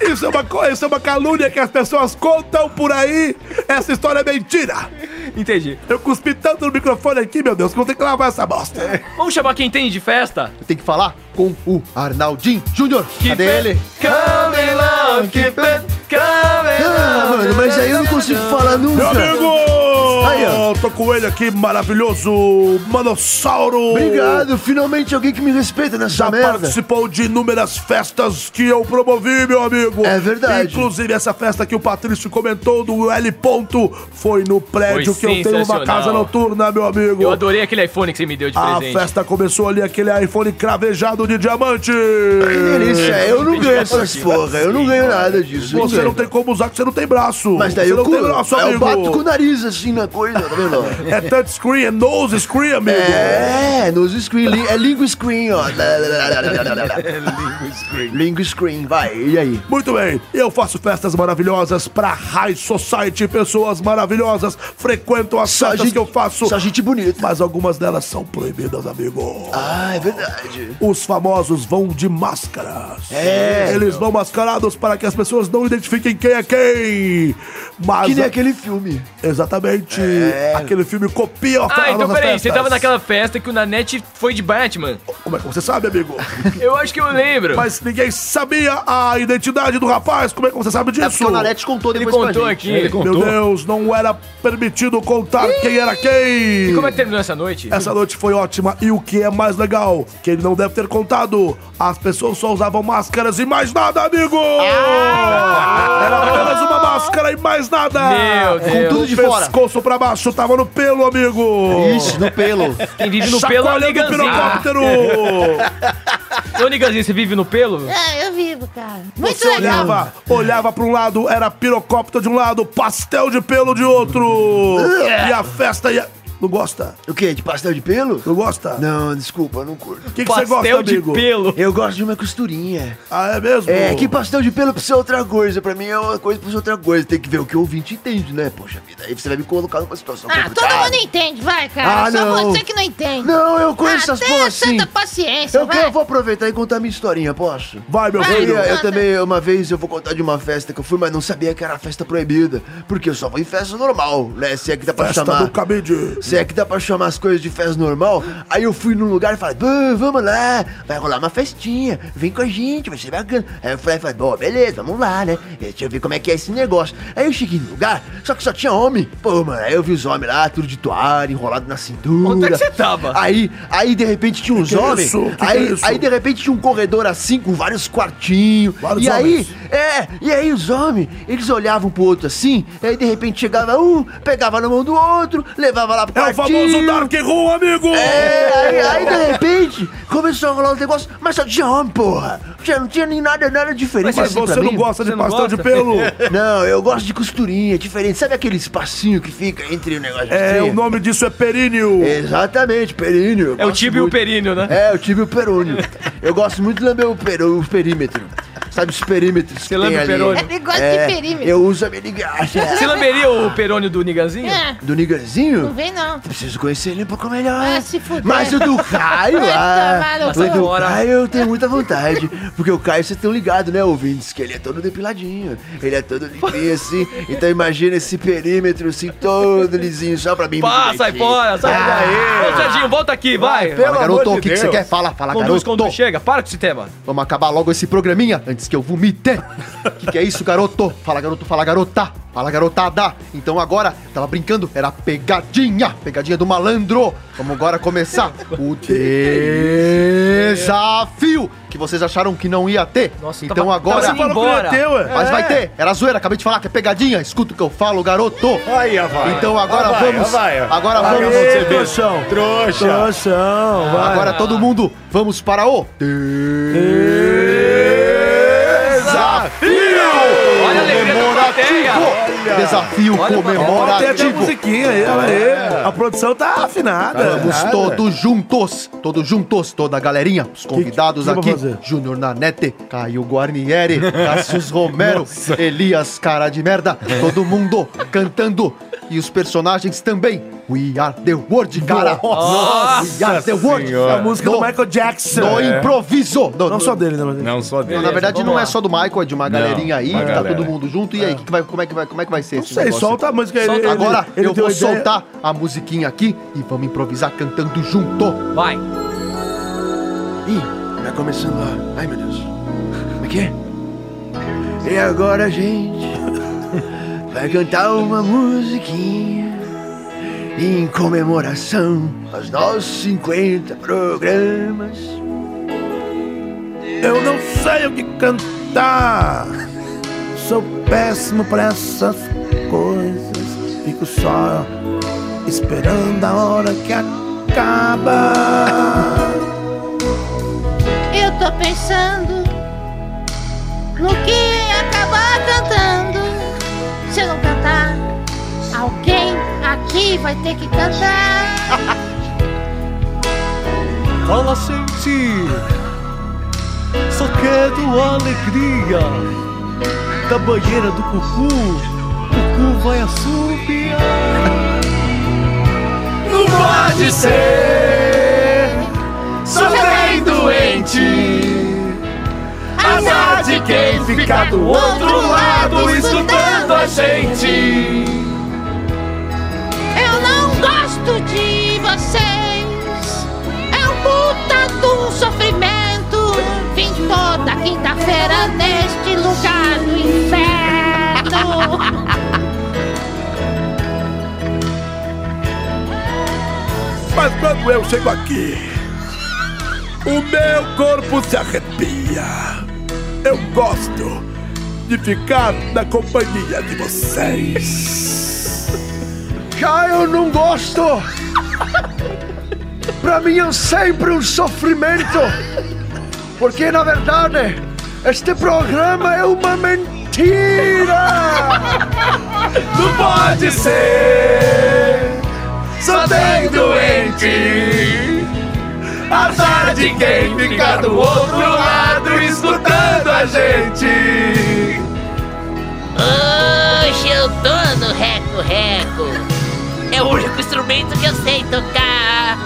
Isso é, uma, co- isso é uma calúnia que as pessoas contam por aí. Essa história é mentira.
Entendi.
Eu cuspi tanto no microfone aqui, meu Deus, que eu vou ter que lavar essa bosta.
Vamos chamar quem entende de festa?
Tem que falar com o Arnaldinho Júnior. Cadê
ele?
Come
along, keep it
Ah, mano, mas aí eu não consigo falar nunca.
Meu amigo!
Aí, ó.
Tô com ele aqui, maravilhoso Manossauro!
Obrigado, finalmente alguém que me respeita nessa
Já
merda.
participou de inúmeras festas que eu promovi, meu amigo. É
verdade.
Inclusive, essa festa que o Patrício comentou do L. Ponto foi no prédio
Foi
que eu tenho uma
sensacional.
casa noturna, meu amigo.
Eu adorei aquele iPhone que você me deu de
A
presente.
festa começou ali, aquele iPhone cravejado de diamante.
delícia, eu não ganho essas porra, eu não ganho nada disso, eu não
Você
ganho.
não tem como usar, que você não tem braço.
Mas daí
você
eu,
não
cu-
tem braço,
eu
amigo.
bato com o nariz assim na coisa, tá vendo? [LAUGHS]
É touchscreen, é nose screen, amigo.
É, nos screen, li- é língua screen, ó. [LAUGHS] língua screen, vai, e aí?
Muito bem, eu faço festas maravilhosas pra High Society, pessoas maravilhosas frequentam as festas que eu faço. Só
gente bonita.
Mas algumas delas são proibidas, amigo.
Ah, é verdade.
Os famosos vão de máscaras.
É,
Eles vão mascarados para que as pessoas não identifiquem quem é quem. Mas
Que nem
a-
aquele filme.
Exatamente. Aquele filme copia a
Ah,
as
então
nossas
peraí, você
festas.
tava naquela festa que o Nanete foi de Batman.
Como é que você sabe, amigo?
Eu acho que eu lembro.
Mas ninguém sabia a identidade do rapaz. Como é que você sabe disso?
porque o Nanete contou
Ele depois pra contou gente. aqui. Ele contou.
Meu Deus, não era permitido contar quem era quem.
E como é que terminou essa noite?
Essa noite foi ótima e o que é mais legal, que ele não deve ter contado, as pessoas só usavam máscaras e mais nada, amigo! Era apenas uma máscara e mais nada!
Ah! Meu Deus.
tudo de fora. pescoço pra baixo, tava no pelo, amigo!
Ixi, no pelo. Quem vive no pelo
Chacoalhando
é o
o
Niganzinho.
pirocóptero!
[LAUGHS] Ô, Niganzinho, você vive no pelo?
É, eu vivo, cara. Muito
Você
legal.
olhava, olhava pra um lado, era pirocóptero de um lado, pastel de pelo de outro! E a festa ia... Não gosta?
O quê? De pastel de pelo?
Não gosta?
Não, desculpa, eu não curto. O
que que você Pastel gosta, de amigo? pelo.
Eu gosto de uma costurinha.
Ah, é mesmo?
É, que pastel de pelo precisa ser outra coisa. Pra mim é uma coisa precisa ser outra coisa. Tem que ver o que o ouvinte entende, né? Poxa vida, aí você vai me colocar numa situação
Ah, todo
complicada.
mundo entende, vai, cara.
Ah,
Só
não.
você que não entende.
Não, eu conheço
ah,
essas porra assim.
Tenha santa paciência,
eu,
vai.
quero- eu vou aproveitar e contar minha historinha, posso?
Vai, meu
eu,
filho.
Eu,
Conta.
também, uma vez, eu vou contar de uma festa que eu fui, mas não sabia que era festa proibida. Porque eu só vou em festa normal, né? Se é que dá pra
Festa
chamar.
do cabide.
Se é que dá pra chamar as coisas de festa normal, aí eu fui num lugar e falei, "Bã, vamos lá, vai rolar uma festinha, vem com a gente, vai ser bacana. Aí eu falei, falei, bom, beleza, vamos lá, né? Deixa eu ver como é que é esse negócio. Aí eu cheguei no lugar, só que só tinha homem. Pô, mano, aí eu vi os homens lá, tudo de toalha, enrolado na cintura.
Onde é que você tava?
Aí, aí de repente tinha uns
Que que é
homens.
isso? Que que
aí,
é isso?
aí de repente tinha um corredor assim, com vários quartinhos.
Vários
e aí,
homens.
é, e aí os homens, eles olhavam pro outro assim, e aí de repente chegava um, pegava na mão do outro, levava lá pro
É o famoso Dark Room, amigo!
É, aí, aí, de repente começou a rolar os negócios, mas só tinha homem, porra. Já não tinha nem nada, nada diferente.
Mas você não gosta de Você não pastel gosta? de pelo?
[LAUGHS] Não, eu gosto de costurinha, é diferente. Sabe aquele espacinho que fica entre o negócio de
É,
costurinha?
o nome disso é períneo.
Exatamente, períneo.
É o tibio e o períneo, né?
É, eu tive o perônio. Eu gosto muito de lamber o, peru- o perímetro.
Sabe os perímetros Você
lambe o perônio? Ele gosta de
É
É,
perímetro.
Eu uso a minha ligacha.
Você lamberia o perônio do Niganzinho?
É.
Do Niganzinho?
Não vem, não.
Preciso conhecer ele um pouco melhor.
Ah, se fuder.
Mas o do Caio,
Vai tomar
ah,
no
o
cu.
do Caio eu tenho muita vontade. Porque o Caio, vocês estão ligados, né, ouvintes? Que ele é todo depiladinho. Ele é todo limpinho assim. Então imagina esse perímetro assim, todo lisinho, só pra mim. Ah.
Pá, sai fora, sai daí. Ô, Serginho, volta aqui, vai.
Fala, garoto, o que, que
Deus.
você quer? Fala, fala,
Conduz,
garoto.
conduz, chega, para com esse tema.
Vamos acabar logo esse programinha antes que eu vomite. O que, que é isso, garoto? Fala, garoto, fala, garota. Fala, garotada. Então agora, tava brincando, era pegadinha. Pegadinha do malandro. Vamos agora começar
[LAUGHS]
o
é
desafio que vocês acharam que não ia ter. Nossa, então
tava-
agora.
tava indo embora. Você falou que não ia ter, ué.
Mas vai
É.
ter. Era zoeira, acabei de falar que é pegadinha. Escuta o que eu falo, garoto.
Aí, vai.
Então agora
Ó, vai,
vamos.
ó, vai, ó.
Agora
Vai,
vamos.
você mesmo. Trouxão. Trouxa.
Trouxão.
vai.
Agora todo mundo, vamos para o.
Desafio!
Olha a alegria da plateia. Olha. tá Desafio
Olha,
comemorativo.
Tem até a musiquinha aí, olha aí. A produção tá afinada.
Vamos todos juntos, todos juntos, toda a galerinha, os convidados
que eu vou
aqui. Júnior Nanete, Caio Guarnieri, Cassius Romero,
Nossa.
Elias Cara de Merda, todo mundo cantando. E os personagens também. We are the world, cara.
Nossa
We are the world.
Senhora. A música do Michael Jackson.
No
É.
improviso. No-
Não só dele, né? mas-
Não só dele.
na verdade, não é só do Michael, é de uma
Não,
galerinha aí,
uma
tá
galera.
todo mundo junto. E aí, que que vai, como, é que vai, como é que vai ser não esse
sei,
negócio?
solta a música, ele-
Solta.
ele-
Agora
ele
eu
deu
vou
a ideia.
soltar a musiquinha aqui e vamos improvisar cantando junto.
Vai.
Ih,
Tá começando lá. Ai, meu Deus. Como é que é? E agora a gente vai cantar uma musiquinha em comemoração aos nossos 50 programas.
Eu não sei o que cantar. Sou péssimo pra essas coisas. Fico só esperando a hora que acaba.
Eu tô pensando no que acabar cantando. Se eu não cantar, alguém aqui vai ter que cantar.
Fala, gente! Só quero alegria da banheira do Cucu. Cucu vai assobiar. Não pode ser, só tem doente. Azar de quem fica do outro lado escutando a gente.
Eu não gosto de vocês. É um puta de um sofrimento. Vim toda quinta-feira neste lugar do
[LAUGHS]
inferno.
Mas quando eu chego aqui, o meu corpo se arrepia. Eu gosto de ficar na companhia de vocês.
Já eu não gosto. Pra mim é sempre um sofrimento. Porque na verdade, este programa é uma mentira.
Não pode ser, só tem doente. Azar de quem fica do outro lado escutando a gente.
Hoje eu tô no reco-reco. É o único instrumento que eu sei tocar.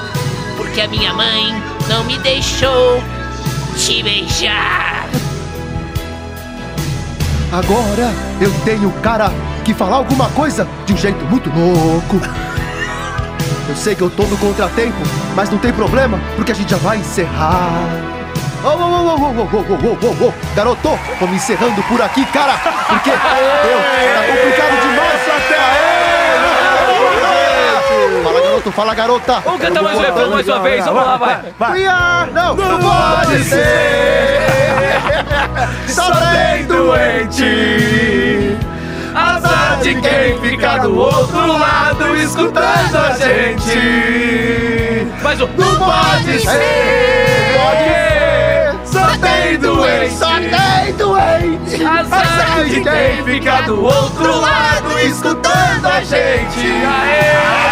Porque a minha mãe não me deixou te beijar.
Agora eu tenho cara que falar alguma coisa de um jeito muito louco. Eu sei que eu tô no contratempo, mas não tem problema, porque a gente já vai encerrar. Oh, oh, oh, oh, oh, oh, oh, oh, oh, oh. Garoto, tô me encerrando por aqui, cara, porque eu, tá complicado demais até
é
aí. Fala, garoto, fala, garota.
Vamos cantar mais uma vez, mais uma vez, vamos lá, vai.
We are- Não, não pode
ser. Só tem doente. Azar de quem fica do outro lado escutando a gente. Mas o não pode ser. Só tem doente. Só tem doente. Azar de quem fica do outro lado escutando a gente. Aê!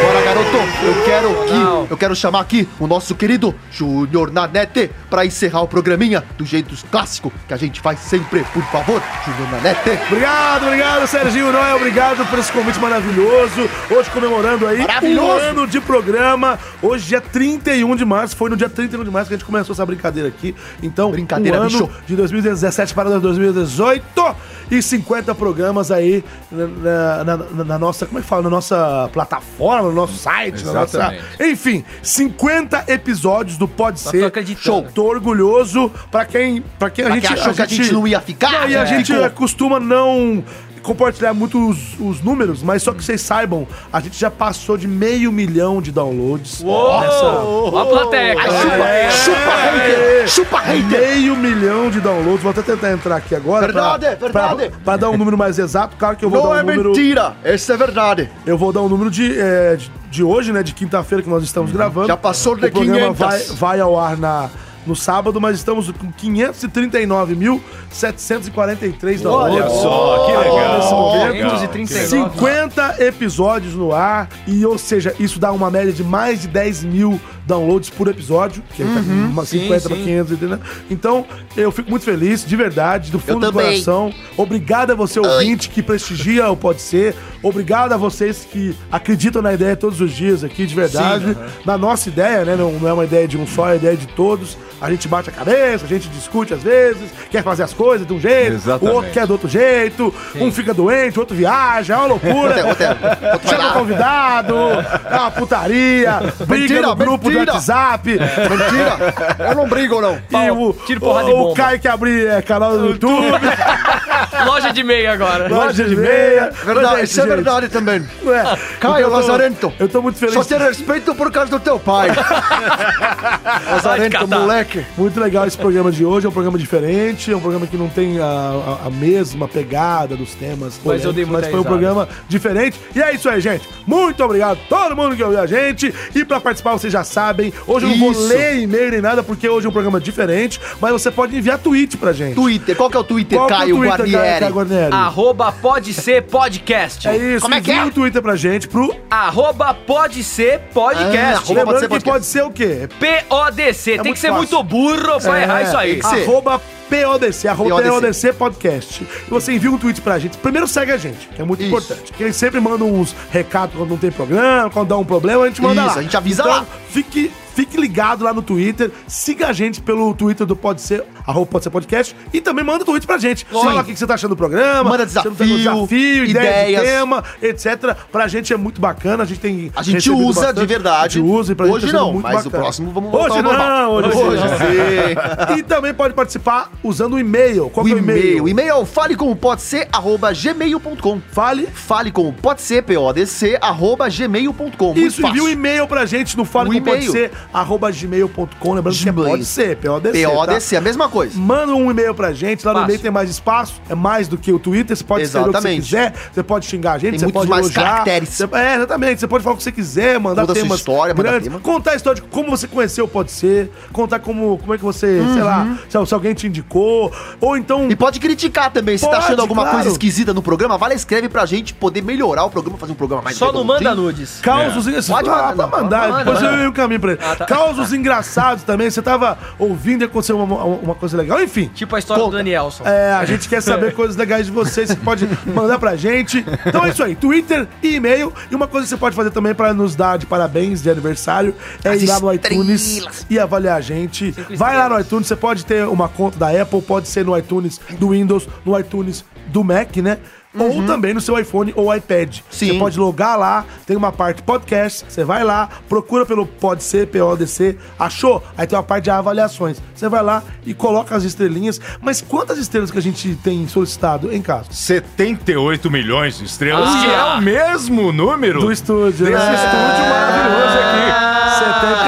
Agora, garoto, eu quero aqui, eu quero chamar aqui o nosso querido Júnior Nanete pra encerrar o programinha do jeito clássico que a gente faz sempre. Por favor, Júnior Nanete.
Obrigado, obrigado, Serginho é Noé. Obrigado por esse convite maravilhoso. Hoje comemorando aí um
Maravilhoso.
ano de programa. Hoje, dia 31 de março. Foi no dia 31 de março que a gente começou essa brincadeira aqui. Então,
Brincadeira,
um ano
bicho.
de 2017 para 2018 e 50 programas aí na, na- na- na nossa, como é que fala? Na nossa plataforma, no nosso site, na nossa...
Exatamente.
Enfim, 50 episódios do Pode
tô
Ser.
acreditando.
Show. Tô orgulhoso pra quem, pra quem a
Pra
gente...
quem achou que a gente não ia ficar,
Não, e a
né?
gente
Ficou.
costuma não compartilhar muito os, os números, mas só que vocês saibam, a gente já passou de meio milhão de downloads. nessa-
Ó a plateia,
Ai,
cara.
chupa,
é.
chupa, hater, chupa, hater.
Meio milhão de downloads. Vou até tentar entrar aqui agora.
Verdade,
pra,
verdade.
Pra, pra dar um número mais exato, claro que eu vou
Não
dar
é
um número.
mentira, essa é verdade.
Eu vou dar um número de, é, de, de hoje, né? De quinta-feira que nós estamos gravando.
Uhum. Já passou de
O programa
500.
vai, vai ao ar na, no sábado, mas estamos com 539.743 downloads.
Olha só, que
Nesse
legal.
momento,
239.
50 episódios no ar, e ou seja, isso dá uma média de mais de 10 mil downloads por episódio, que tá com uma 50 para 500, entendeu? Então, eu fico muito feliz, de verdade, do fundo do
também.
coração. Obrigado a você, ouvinte, que prestigia o Pode Ser. Obrigado a vocês que acreditam na ideia todos os dias aqui, de verdade. Na nossa ideia, né? Não, não é uma ideia de um só, é a ideia de todos. A gente bate a cabeça, a gente discute às vezes, quer fazer as coisas de um jeito, o outro
Exatamente.
quer do outro jeito, um fica doente, o outro viaja, é uma loucura. Chama convidado, é uma putaria, briga
Mentira,
no grupo do
mentira.
WhatsApp.
Mentira, eu não brigo, não.
E o,
Tiro, porrada e
o,
bomba.
o Caio que abrir é, canal do YouTube,
Loja de meia agora.
loja de meia.
Verdade,
Mas,
isso é
gente,
verdade também.
Ué,
Caio
eu tô-
Lazarento.
Eu tô muito feliz.
Só ter respeito por causa do
[LAUGHS]
teu pai. Lazarento,
catar.
moleque.
Muito legal esse programa de hoje, é um programa diferente, é um programa que não tem a, a- a mesma pegada dos temas.
Mas eu dei muita
polêmicos, foi um
risada.
programa diferente. E é isso aí, gente. Muito obrigado a todo mundo que ouviu a gente. E pra participar, vocês já sabem. Hoje eu não vou
Isso.
ler e-mail nem nada, porque hoje é um programa diferente, mas você pode enviar tweet pra gente.
Twitter, qual que é o Twitter,
Qual que é o
Caio
Twitter, Caio,
Guarnieri?
Caio Guarnieri?
Arroba pode ser podcast.
É isso,
Como é que
envia
é?
o Twitter pra gente pro
Arroba pode ser
Ah,
podcast.
arroba-
Lembrando
ser
que
podcast.
pode ser o quê? É
PODC. Tem
muito
que ser
fácil. É,
muito burro pra errar isso aí.
tem que ser.
Arroba PODC, arroba
PODC.
PODC Podcast. E você envia um tweet pra gente. Primeiro segue a gente, que é muito
Isso.
importante. Porque eles sempre mandam uns recados quando não tem programa, quando dá um problema, a gente manda
Isso,
lá. Então,
a gente avisa lá.
Fique, fique ligado lá no Twitter, siga a gente pelo Twitter do Pode Ser, arroba Pode Ser Podcast, e também manda tweet pra gente. Fala o que você tá achando do programa,
Manda
se você não tá
desafio,
achando do desafio ideia de
ideias.
tema, etc. Pra gente é muito bacana, a gente tem
A gente
recebido
usa de verdade.
A gente usa e pra
Hoje
gente tá sendo
não,
muito
mas o
bacana.
próximo vamos voltar
Hoje
ao normal.
não, hoje,
Hoje
não. [LAUGHS] E também pode participar usando o e-mail. Qual
O
que é o
e-mail,
e-mail?
o e-mail é o falecompodc, arroba gmail.com.
Fale.
Fale com o pode ser, PODC, arroba gmail.com. Muito
Isso, envia um
fácil.
e-mail pra gente no
O e-mail.
falecompodc, arroba gmail.com, lembrando que é
Gmail.
pode ser, PODC, tá?
PODC, a mesma coisa.
Manda um e-mail pra gente, lá no
Fácil.
e-mail tem mais espaço, é mais do que o Twitter, você pode escrever
Exatamente.
o que você quiser, você pode xingar a gente,
Tem
você
muitos
pode
mais
elogiar,
caracteres.
Você, é, exatamente, você pode falar o que você quiser, mandar
Conta a sua
temas
história, manda
grandes,
tema.
contar a história de como você conheceu pode ser, contar como, como é que você, sei lá, se, se alguém te indicou, ou então...
Uhum. E pode criticar também. Se tá
Pode,
achando alguma
claro.
coisa esquisita no programa, vai lá e escreve pra gente poder melhorar o programa, fazer um programa mais
Só não
redondinho.
manda nudes.
Causos
É.
engraçados.
Pode mandar,
Ah,
não,
pra mandar,
manda,
depois
manda.
eu eu encaminho pra ele. Causos engraçados também, você tava ouvindo e aconteceu uma, uma coisa legal, enfim.
Tipo a história
Conta.
do Danielson.
É, a gente
[LAUGHS]
quer
[LAUGHS]
saber coisas legais de vocês, você pode mandar pra gente. Então é isso aí, Twitter e e-mail. E uma coisa que você pode fazer também pra nos dar de parabéns de aniversário é ir lá no iTunes e avaliar a gente. Vai lá no iTunes, você pode ter uma conta da Apple, pode ser no iTunes do Windows, no iTunes do Mac, né? Ou também no seu iPhone ou iPad.
Sim.
Você pode logar lá, tem uma parte podcast, você vai lá, procura pelo Pode Ser, PODC, achou? Aí tem uma parte de avaliações. Você vai lá e coloca as estrelinhas. Mas quantas estrelas que a gente tem solicitado em casa?
78 milhões de estrelas,
Ah.
que é o mesmo número
Do estúdio. né? Desse estúdio maravilhoso
Ah.
aqui.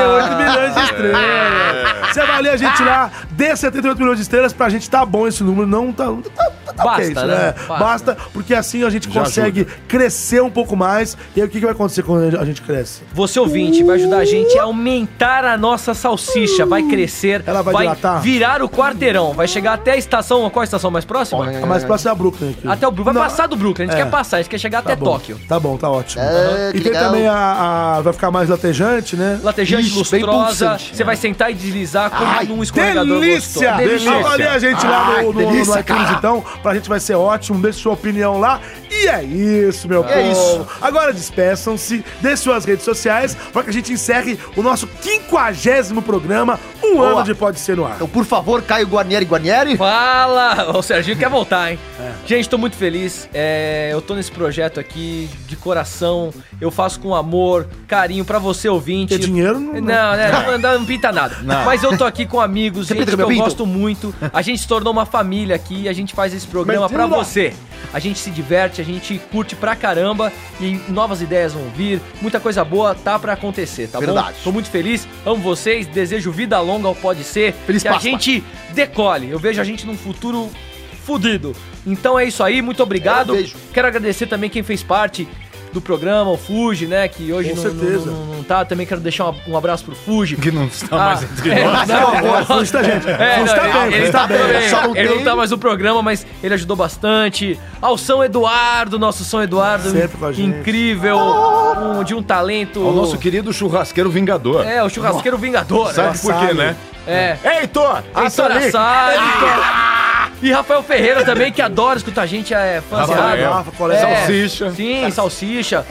78 milhões de
É.
estrelas. Você avalia a gente lá, dê 78 milhões de estrelas pra gente tá bom esse número. Não tá. Tá, tá, tá ok,
Basta,
isso,
né?
é,
Basta.
Basta, porque assim a gente
Já
consegue crescer um pouco mais. E aí o que, que vai acontecer quando a gente cresce?
Você ouvinte vai ajudar a gente a aumentar a nossa salsicha. Vai crescer, Ela
vai dilatar?
virar o quarteirão. Vai chegar até a estação. Qual a estação mais próxima?
A mais próxima é a Brooklyn aqui.
Até o Bru- Vai passar do Brooklyn. A gente
É.
quer passar, a gente quer chegar
Tá
até
bom.
Tóquio.
Tá bom, tá ótimo.
Ah,
e
que
tem
legal.
também a, a- Vai ficar mais latejante, né?
Latejante lustrosa.
pulsante.
Você vai sentar e deslizar como
né? Ai,
Ah, num escorregador
delícia!
gostoso.
Avalia a gente lá
Ai,
no, no,
que delícia,
no iTunes,
cara.
então. Pra gente vai ser ótimo. Deixe sua opinião lá. E é isso, meu povo.
É isso.
Agora despeçam-se, dê suas redes sociais pra que a gente encerre o nosso quinquagésimo programa, um
Boa.
ano de Pode Ser no Ar. Então,
por favor, Caio Guarnieri Guarnieri.
[LAUGHS] Fala! O Serginho quer voltar, hein?
É.
Gente, tô muito feliz. É, eu tô nesse projeto aqui de coração. Eu faço com amor, carinho pra você ouvinte.
Porque dinheiro não- é.
não. Não, né, não, não, não pinta nada.
Não.
Mas eu tô aqui com amigos,
Você
gente
pinta
que
meu
eu
pinto?
gosto muito. A gente se tornou uma família aqui e a gente faz esse programa pra
Mentira!
você. A gente se diverte, a gente curte pra caramba e novas ideias vão vir. Muita coisa boa tá pra acontecer, tá bom?
Verdade.
Tô muito feliz, amo vocês, desejo vida longa ao Pode Ser. Feliz que a
Páscoa.
gente decole. Eu vejo a gente num futuro fudido. Então é isso aí, muito obrigado.
É, beijo.
Quero agradecer também quem fez parte do programa, o Fuji, né? Que hoje
Com
não,
certeza.
Não, não- não tá. Também quero deixar um- um abraço pro Fuji. Ah, Que
não está
mais
entre
nós. Não,
[LAUGHS]
agora o Fuji tá, gente.
É,
Fuji
não,
tá
ele,
bem,
ele
Fuji tá
tá,
bem.
bem.
Só não
Ele não
tem-
tá mais no programa, mas ele ajudou bastante. Ao São Eduardo, nosso São Eduardo.
Sempre com a gente.
Incrível. um- de um talento.
Ao nosso querido churrasqueiro vingador.
É, o churrasqueiro vingador.
Sabe
né?
por quê, né?
É.
Heitor!
Heitor
Assali!
Assali! E Rafael Ferreira também, que adora escutar a gente, é fã
Rafael,
zerado.
Rafa, colega.
É,
Salsicha.
Sim, salsicha.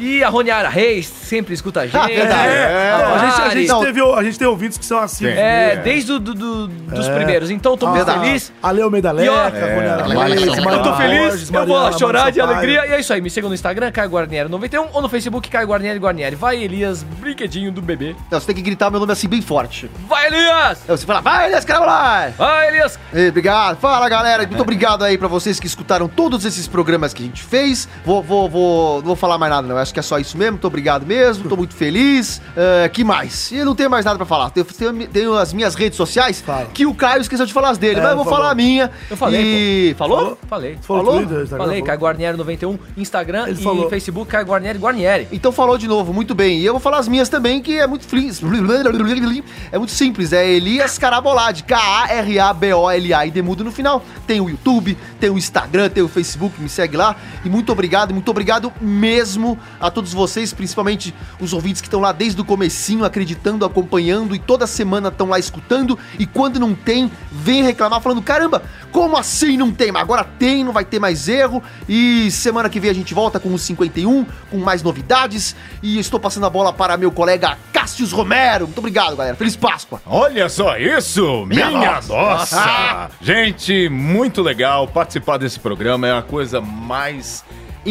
E a Roniara Reis sempre escuta a gente.
É, é. Não, a gente, a, gente
Mari.
teve, a gente tem ouvintes que são assim.
É, desde o do- do- dos
É.
primeiros. Então, tô muito
Ah,
feliz.
Ale Medaleca,
E ó,
Roniara
É. eu
Reis,
tô
Mariana
feliz,
Borges,
eu vou lá
Mariana
chorar de
Sampaio.
alegria. E é isso aí, me sigam no Instagram, Caio Guarnieri91, ou no Facebook, Caio Guarnieri Guarnieri. Vai, Elias, brinquedinho do bebê.
Não, você tem que gritar meu nome assim bem forte.
Vai, Elias!
Aí você fala, vai, Elias, Carolai!
Vai, Elias!
Ei, obrigado. Fala, galera. Muito obrigado aí pra vocês que escutaram todos esses programas que a gente fez. Vou, vou, vou, não vou falar mais nada, não. Acho que é só isso mesmo. Muito obrigado mesmo. Tô muito feliz. Ah, que mais? E eu não tenho mais nada pra falar. Tenho, tenho- tenho as minhas redes sociais que o Caio esqueceu de falar as dele,
É,
mas eu vou
falou.
falar a minha.
Eu falei.
E...
pô.
Falou?
Falei.
Falou no Twitter, Instagram,
falei,
falou.
Caio Guarnieri 91, Instagram e
falou.
Facebook, Caio Guarnieri Guarnieri.
Então falou de novo, muito bem. E eu vou falar as minhas também, que é muito flis- É muito simples, é Elias Carabolade, K-A-R-A-B-O-L-A e demudo no final. Tem o YouTube, tem o Instagram, tem o Facebook, me segue lá. E muito obrigado, muito obrigado mesmo a todos vocês, principalmente os ouvintes que estão lá desde o comecinho, acreditando, acompanhando e toda semana estão lá escutando. E quando não tem, vem reclamar falando, caramba, como assim não tem? Mas agora tem, não vai ter mais erro. E semana que vem a gente volta com os 51, com mais novidades. E estou passando a bola para meu colega Cássius Romero. Muito obrigado, galera. Feliz Páscoa.
Olha só isso! Minha,
Minha
nossa!
nossa.
Ah. Gente, muito legal participar desse programa. É a coisa mais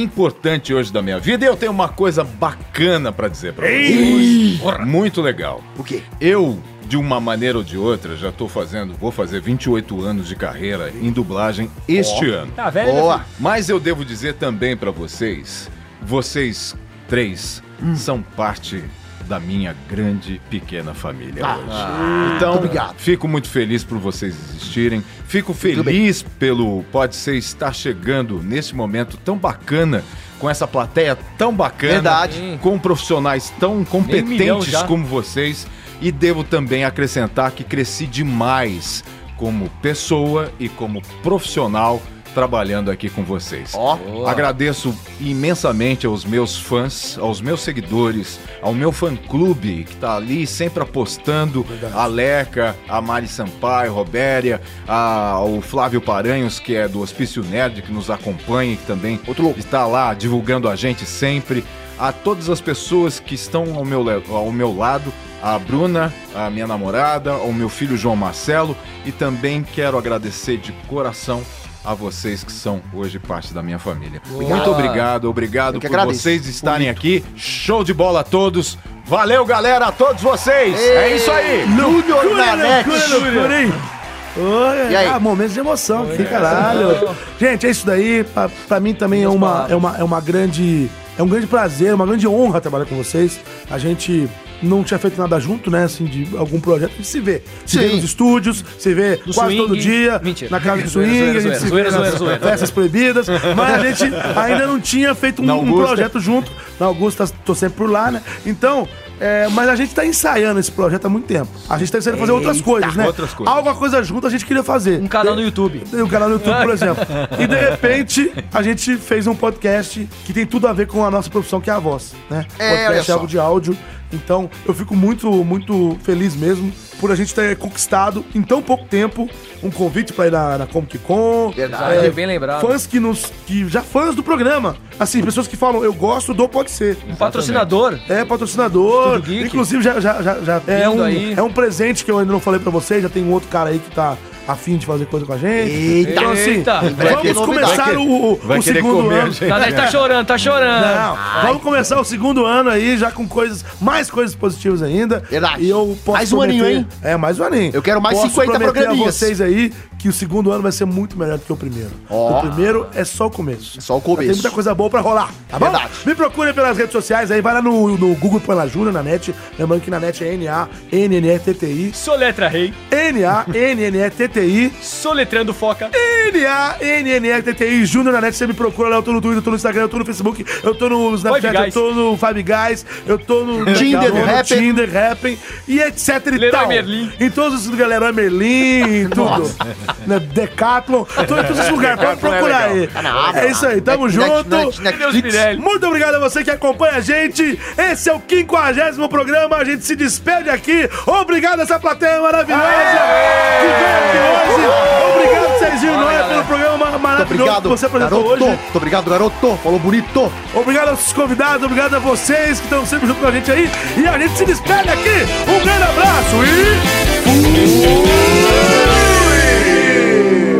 importante hoje da minha vida. E eu tenho uma coisa bacana pra dizer pra vocês. Porra, Muito legal. O quê? Eu, de uma maneira ou de outra, já tô fazendo, vou fazer 28 anos de carreira em dublagem este
Ó.
ano.
Tá velho, né,
Boa.
filho?
Mas eu devo dizer também pra vocês, vocês três são parte da minha grande pequena família
Ah,
hoje.
ah,
então,
muito obrigado.
fico muito feliz por vocês existirem. Fico feliz pelo Pode Ser estar chegando nesse momento tão bacana, com essa plateia tão bacana,
Verdade.
com profissionais tão
um milhão
competentes
já.
como vocês. E devo também acrescentar que cresci demais como pessoa e como profissional trabalhando aqui com vocês.
Ó.
Agradeço imensamente aos meus fãs, aos meus seguidores, ao meu fã-clube que tá ali sempre apostando, a Leca, a Mari Sampaio, Robéria, a, o Flávio Paranhos, que é do Hospício Nerd, que nos acompanha e que também está lá divulgando a gente sempre. A todas as pessoas que estão ao meu, le- ao meu lado, a Bruna, a minha namorada, ao meu filho João Marcelo e também quero agradecer de coração a vocês que são hoje parte da minha família.
Boa.
Muito obrigado, obrigado
Eu
por
que agradeço.
vocês estarem aqui. Show de bola a todos. Valeu, galera, a todos vocês. é isso aí.
Júnior
Loucura,
Nanete.
loucura, loucura, hein? Oi,
E aí?
Ah, momentos de emoção, que caralho. Gente, é isso daí. Pra, pra mim também é uma, é, uma, é uma grande. É É um grande prazer, uma grande honra trabalhar com vocês. A gente não tinha feito nada junto, né? Assim, de algum projeto. A gente se vê. Se vê
Sim.
nos estúdios, se vê
No
quase
swing.
todo dia.
Mentira.
Na casa do
Zoeira,
swing,
zoeira,
a gente se
zoeira,
vê
zoeira,
nas
zoeira,
festas proibidas. Mas a gente ainda não tinha feito um,
Na
um
Augusta.
projeto junto. Na Augusta, tô sempre por lá, né? Então... é, mas a gente tá ensaiando esse projeto há muito tempo. A gente tá ensaiando fazer outras
Eita.
coisas, né?
Outras coisas.
Alguma coisa junto a gente queria fazer. Um
canal no YouTube.
Um canal no YouTube, por exemplo.
[LAUGHS]
E de repente, a gente fez um podcast que tem tudo a ver com a nossa profissão, que é a voz, né?
É, olha
podcast
só.
é algo de áudio. Então, eu fico muito, muito feliz mesmo por a gente ter conquistado, em tão pouco tempo, um convite pra ir na, na Comic Con. É,
Verdade, bem lembrado.
Fãs que nos. Que já fãs do programa. Assim, pessoas que falam, eu gosto do Pode Ser. Um
patrocinador.
É, patrocinador.
Estúdio Geek.
Inclusive, já, já, já, já é,
Vindo
um,
aí.
é um presente que eu ainda não falei pra vocês. Já tem um outro cara aí que tá afim de fazer coisa com a gente.
Eita.
então, assim,
Eita. Vai ter
vamos
novidade.
começar
Vai
o,
que-
o,
vai
o
querer
segundo
comer a
ano.
gente. Não, ele tá chorando, tá chorando.
Não,
Ai.
vamos começar o segundo ano aí, já com coisas, mais coisas positivas ainda. Verdade. E eu posso
Mais um aninho,
prometer-
hein?
É, mais um aninho.
Eu quero mais
posso
50
prometer
programinhas.
a vocês aí que o segundo ano vai ser muito melhor do que o primeiro.
Ó.
O primeiro é só o começo. É só o
começo.
Tem muita coisa boa pra rolar, tá bom?
Verdade.
Me procurem pelas redes sociais aí, vai lá no, no Google e põe lá Júnior na net. Lembrando que na net é N-A-N-N-E-T-T-I.
Soletra Rei.
N-A-N-N-E-T-T-I.
Soletrando Foca.
N-A-N-N-E-T-T-I. Júnior na net, você me procura lá. Eu tô no Twitter, eu tô no Instagram, eu tô no Facebook, eu tô no Snapchat,
Guys.
eu tô no Five Guys, eu tô no
Tinder,
eu tô no
Happn.
Tinder, Happn, e etc e
Leroy
tal.
Merlin.
Em todos os galera Leroy Merlin, em tudo. Na Decathlon, eu tô em todos os lugares, pode
Decathlon é
procurar
legal.
aí.
Tá na aba,
É isso aí, tamo
Net,
junto.
net, net,
Deus
Netflix.
Pirelli. Muito obrigado a você que acompanha a gente. Esse é o 50 programa, a gente se despede aqui. Obrigado a essa plateia maravilhosa que veio aqui hoje. Obrigado, Serginho Noia, pelo programa
Muito
maravilhoso
obrigado,
que você apresentou
garoto.
hoje.
Muito obrigado, garoto. Falou bonito.
Obrigado aos convidados, obrigado a vocês que estão sempre junto com a gente aí. E a gente se despede aqui. Um grande abraço e.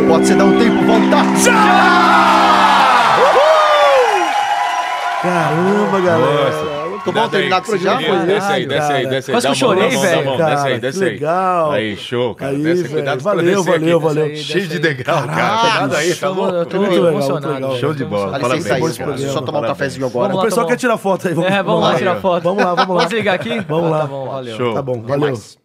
Fui!
Pode ser dar um tempo, voltar.
Caramba, galera.
Tô Tá bom terminar com isso já?
Desce aí, desce aí, desce aí, desce aí.
Quase que eu
Dá a mão,
chorei,
dá a mão, dá a mão, Desce aí,
velho. Cara,
desce
que
aí.
legal.
Aí, show, cara.
Aí,
desce,
velho,
cuidado pra
valeu,
descer aqui.
valeu, valeu.
Desce aí, Cheio de degrau, cara.
Caralho,
Cuidado aí, tá
show,
louco?
eu tô muito legal, muito legal.
Show de bola.
Dá licença aí,
Parabéns, Tá
cara.
cara.
Deixa eu só tomar um cafezinho agora.
o pessoal quer tirar foto aí.
É, vamos lá tirar foto.
Vamos lá, vamos lá.
Então
Vamos ligar aqui?
Vamos
Ah,
lá.
Tá bom, valeu.
Tá bom, valeu.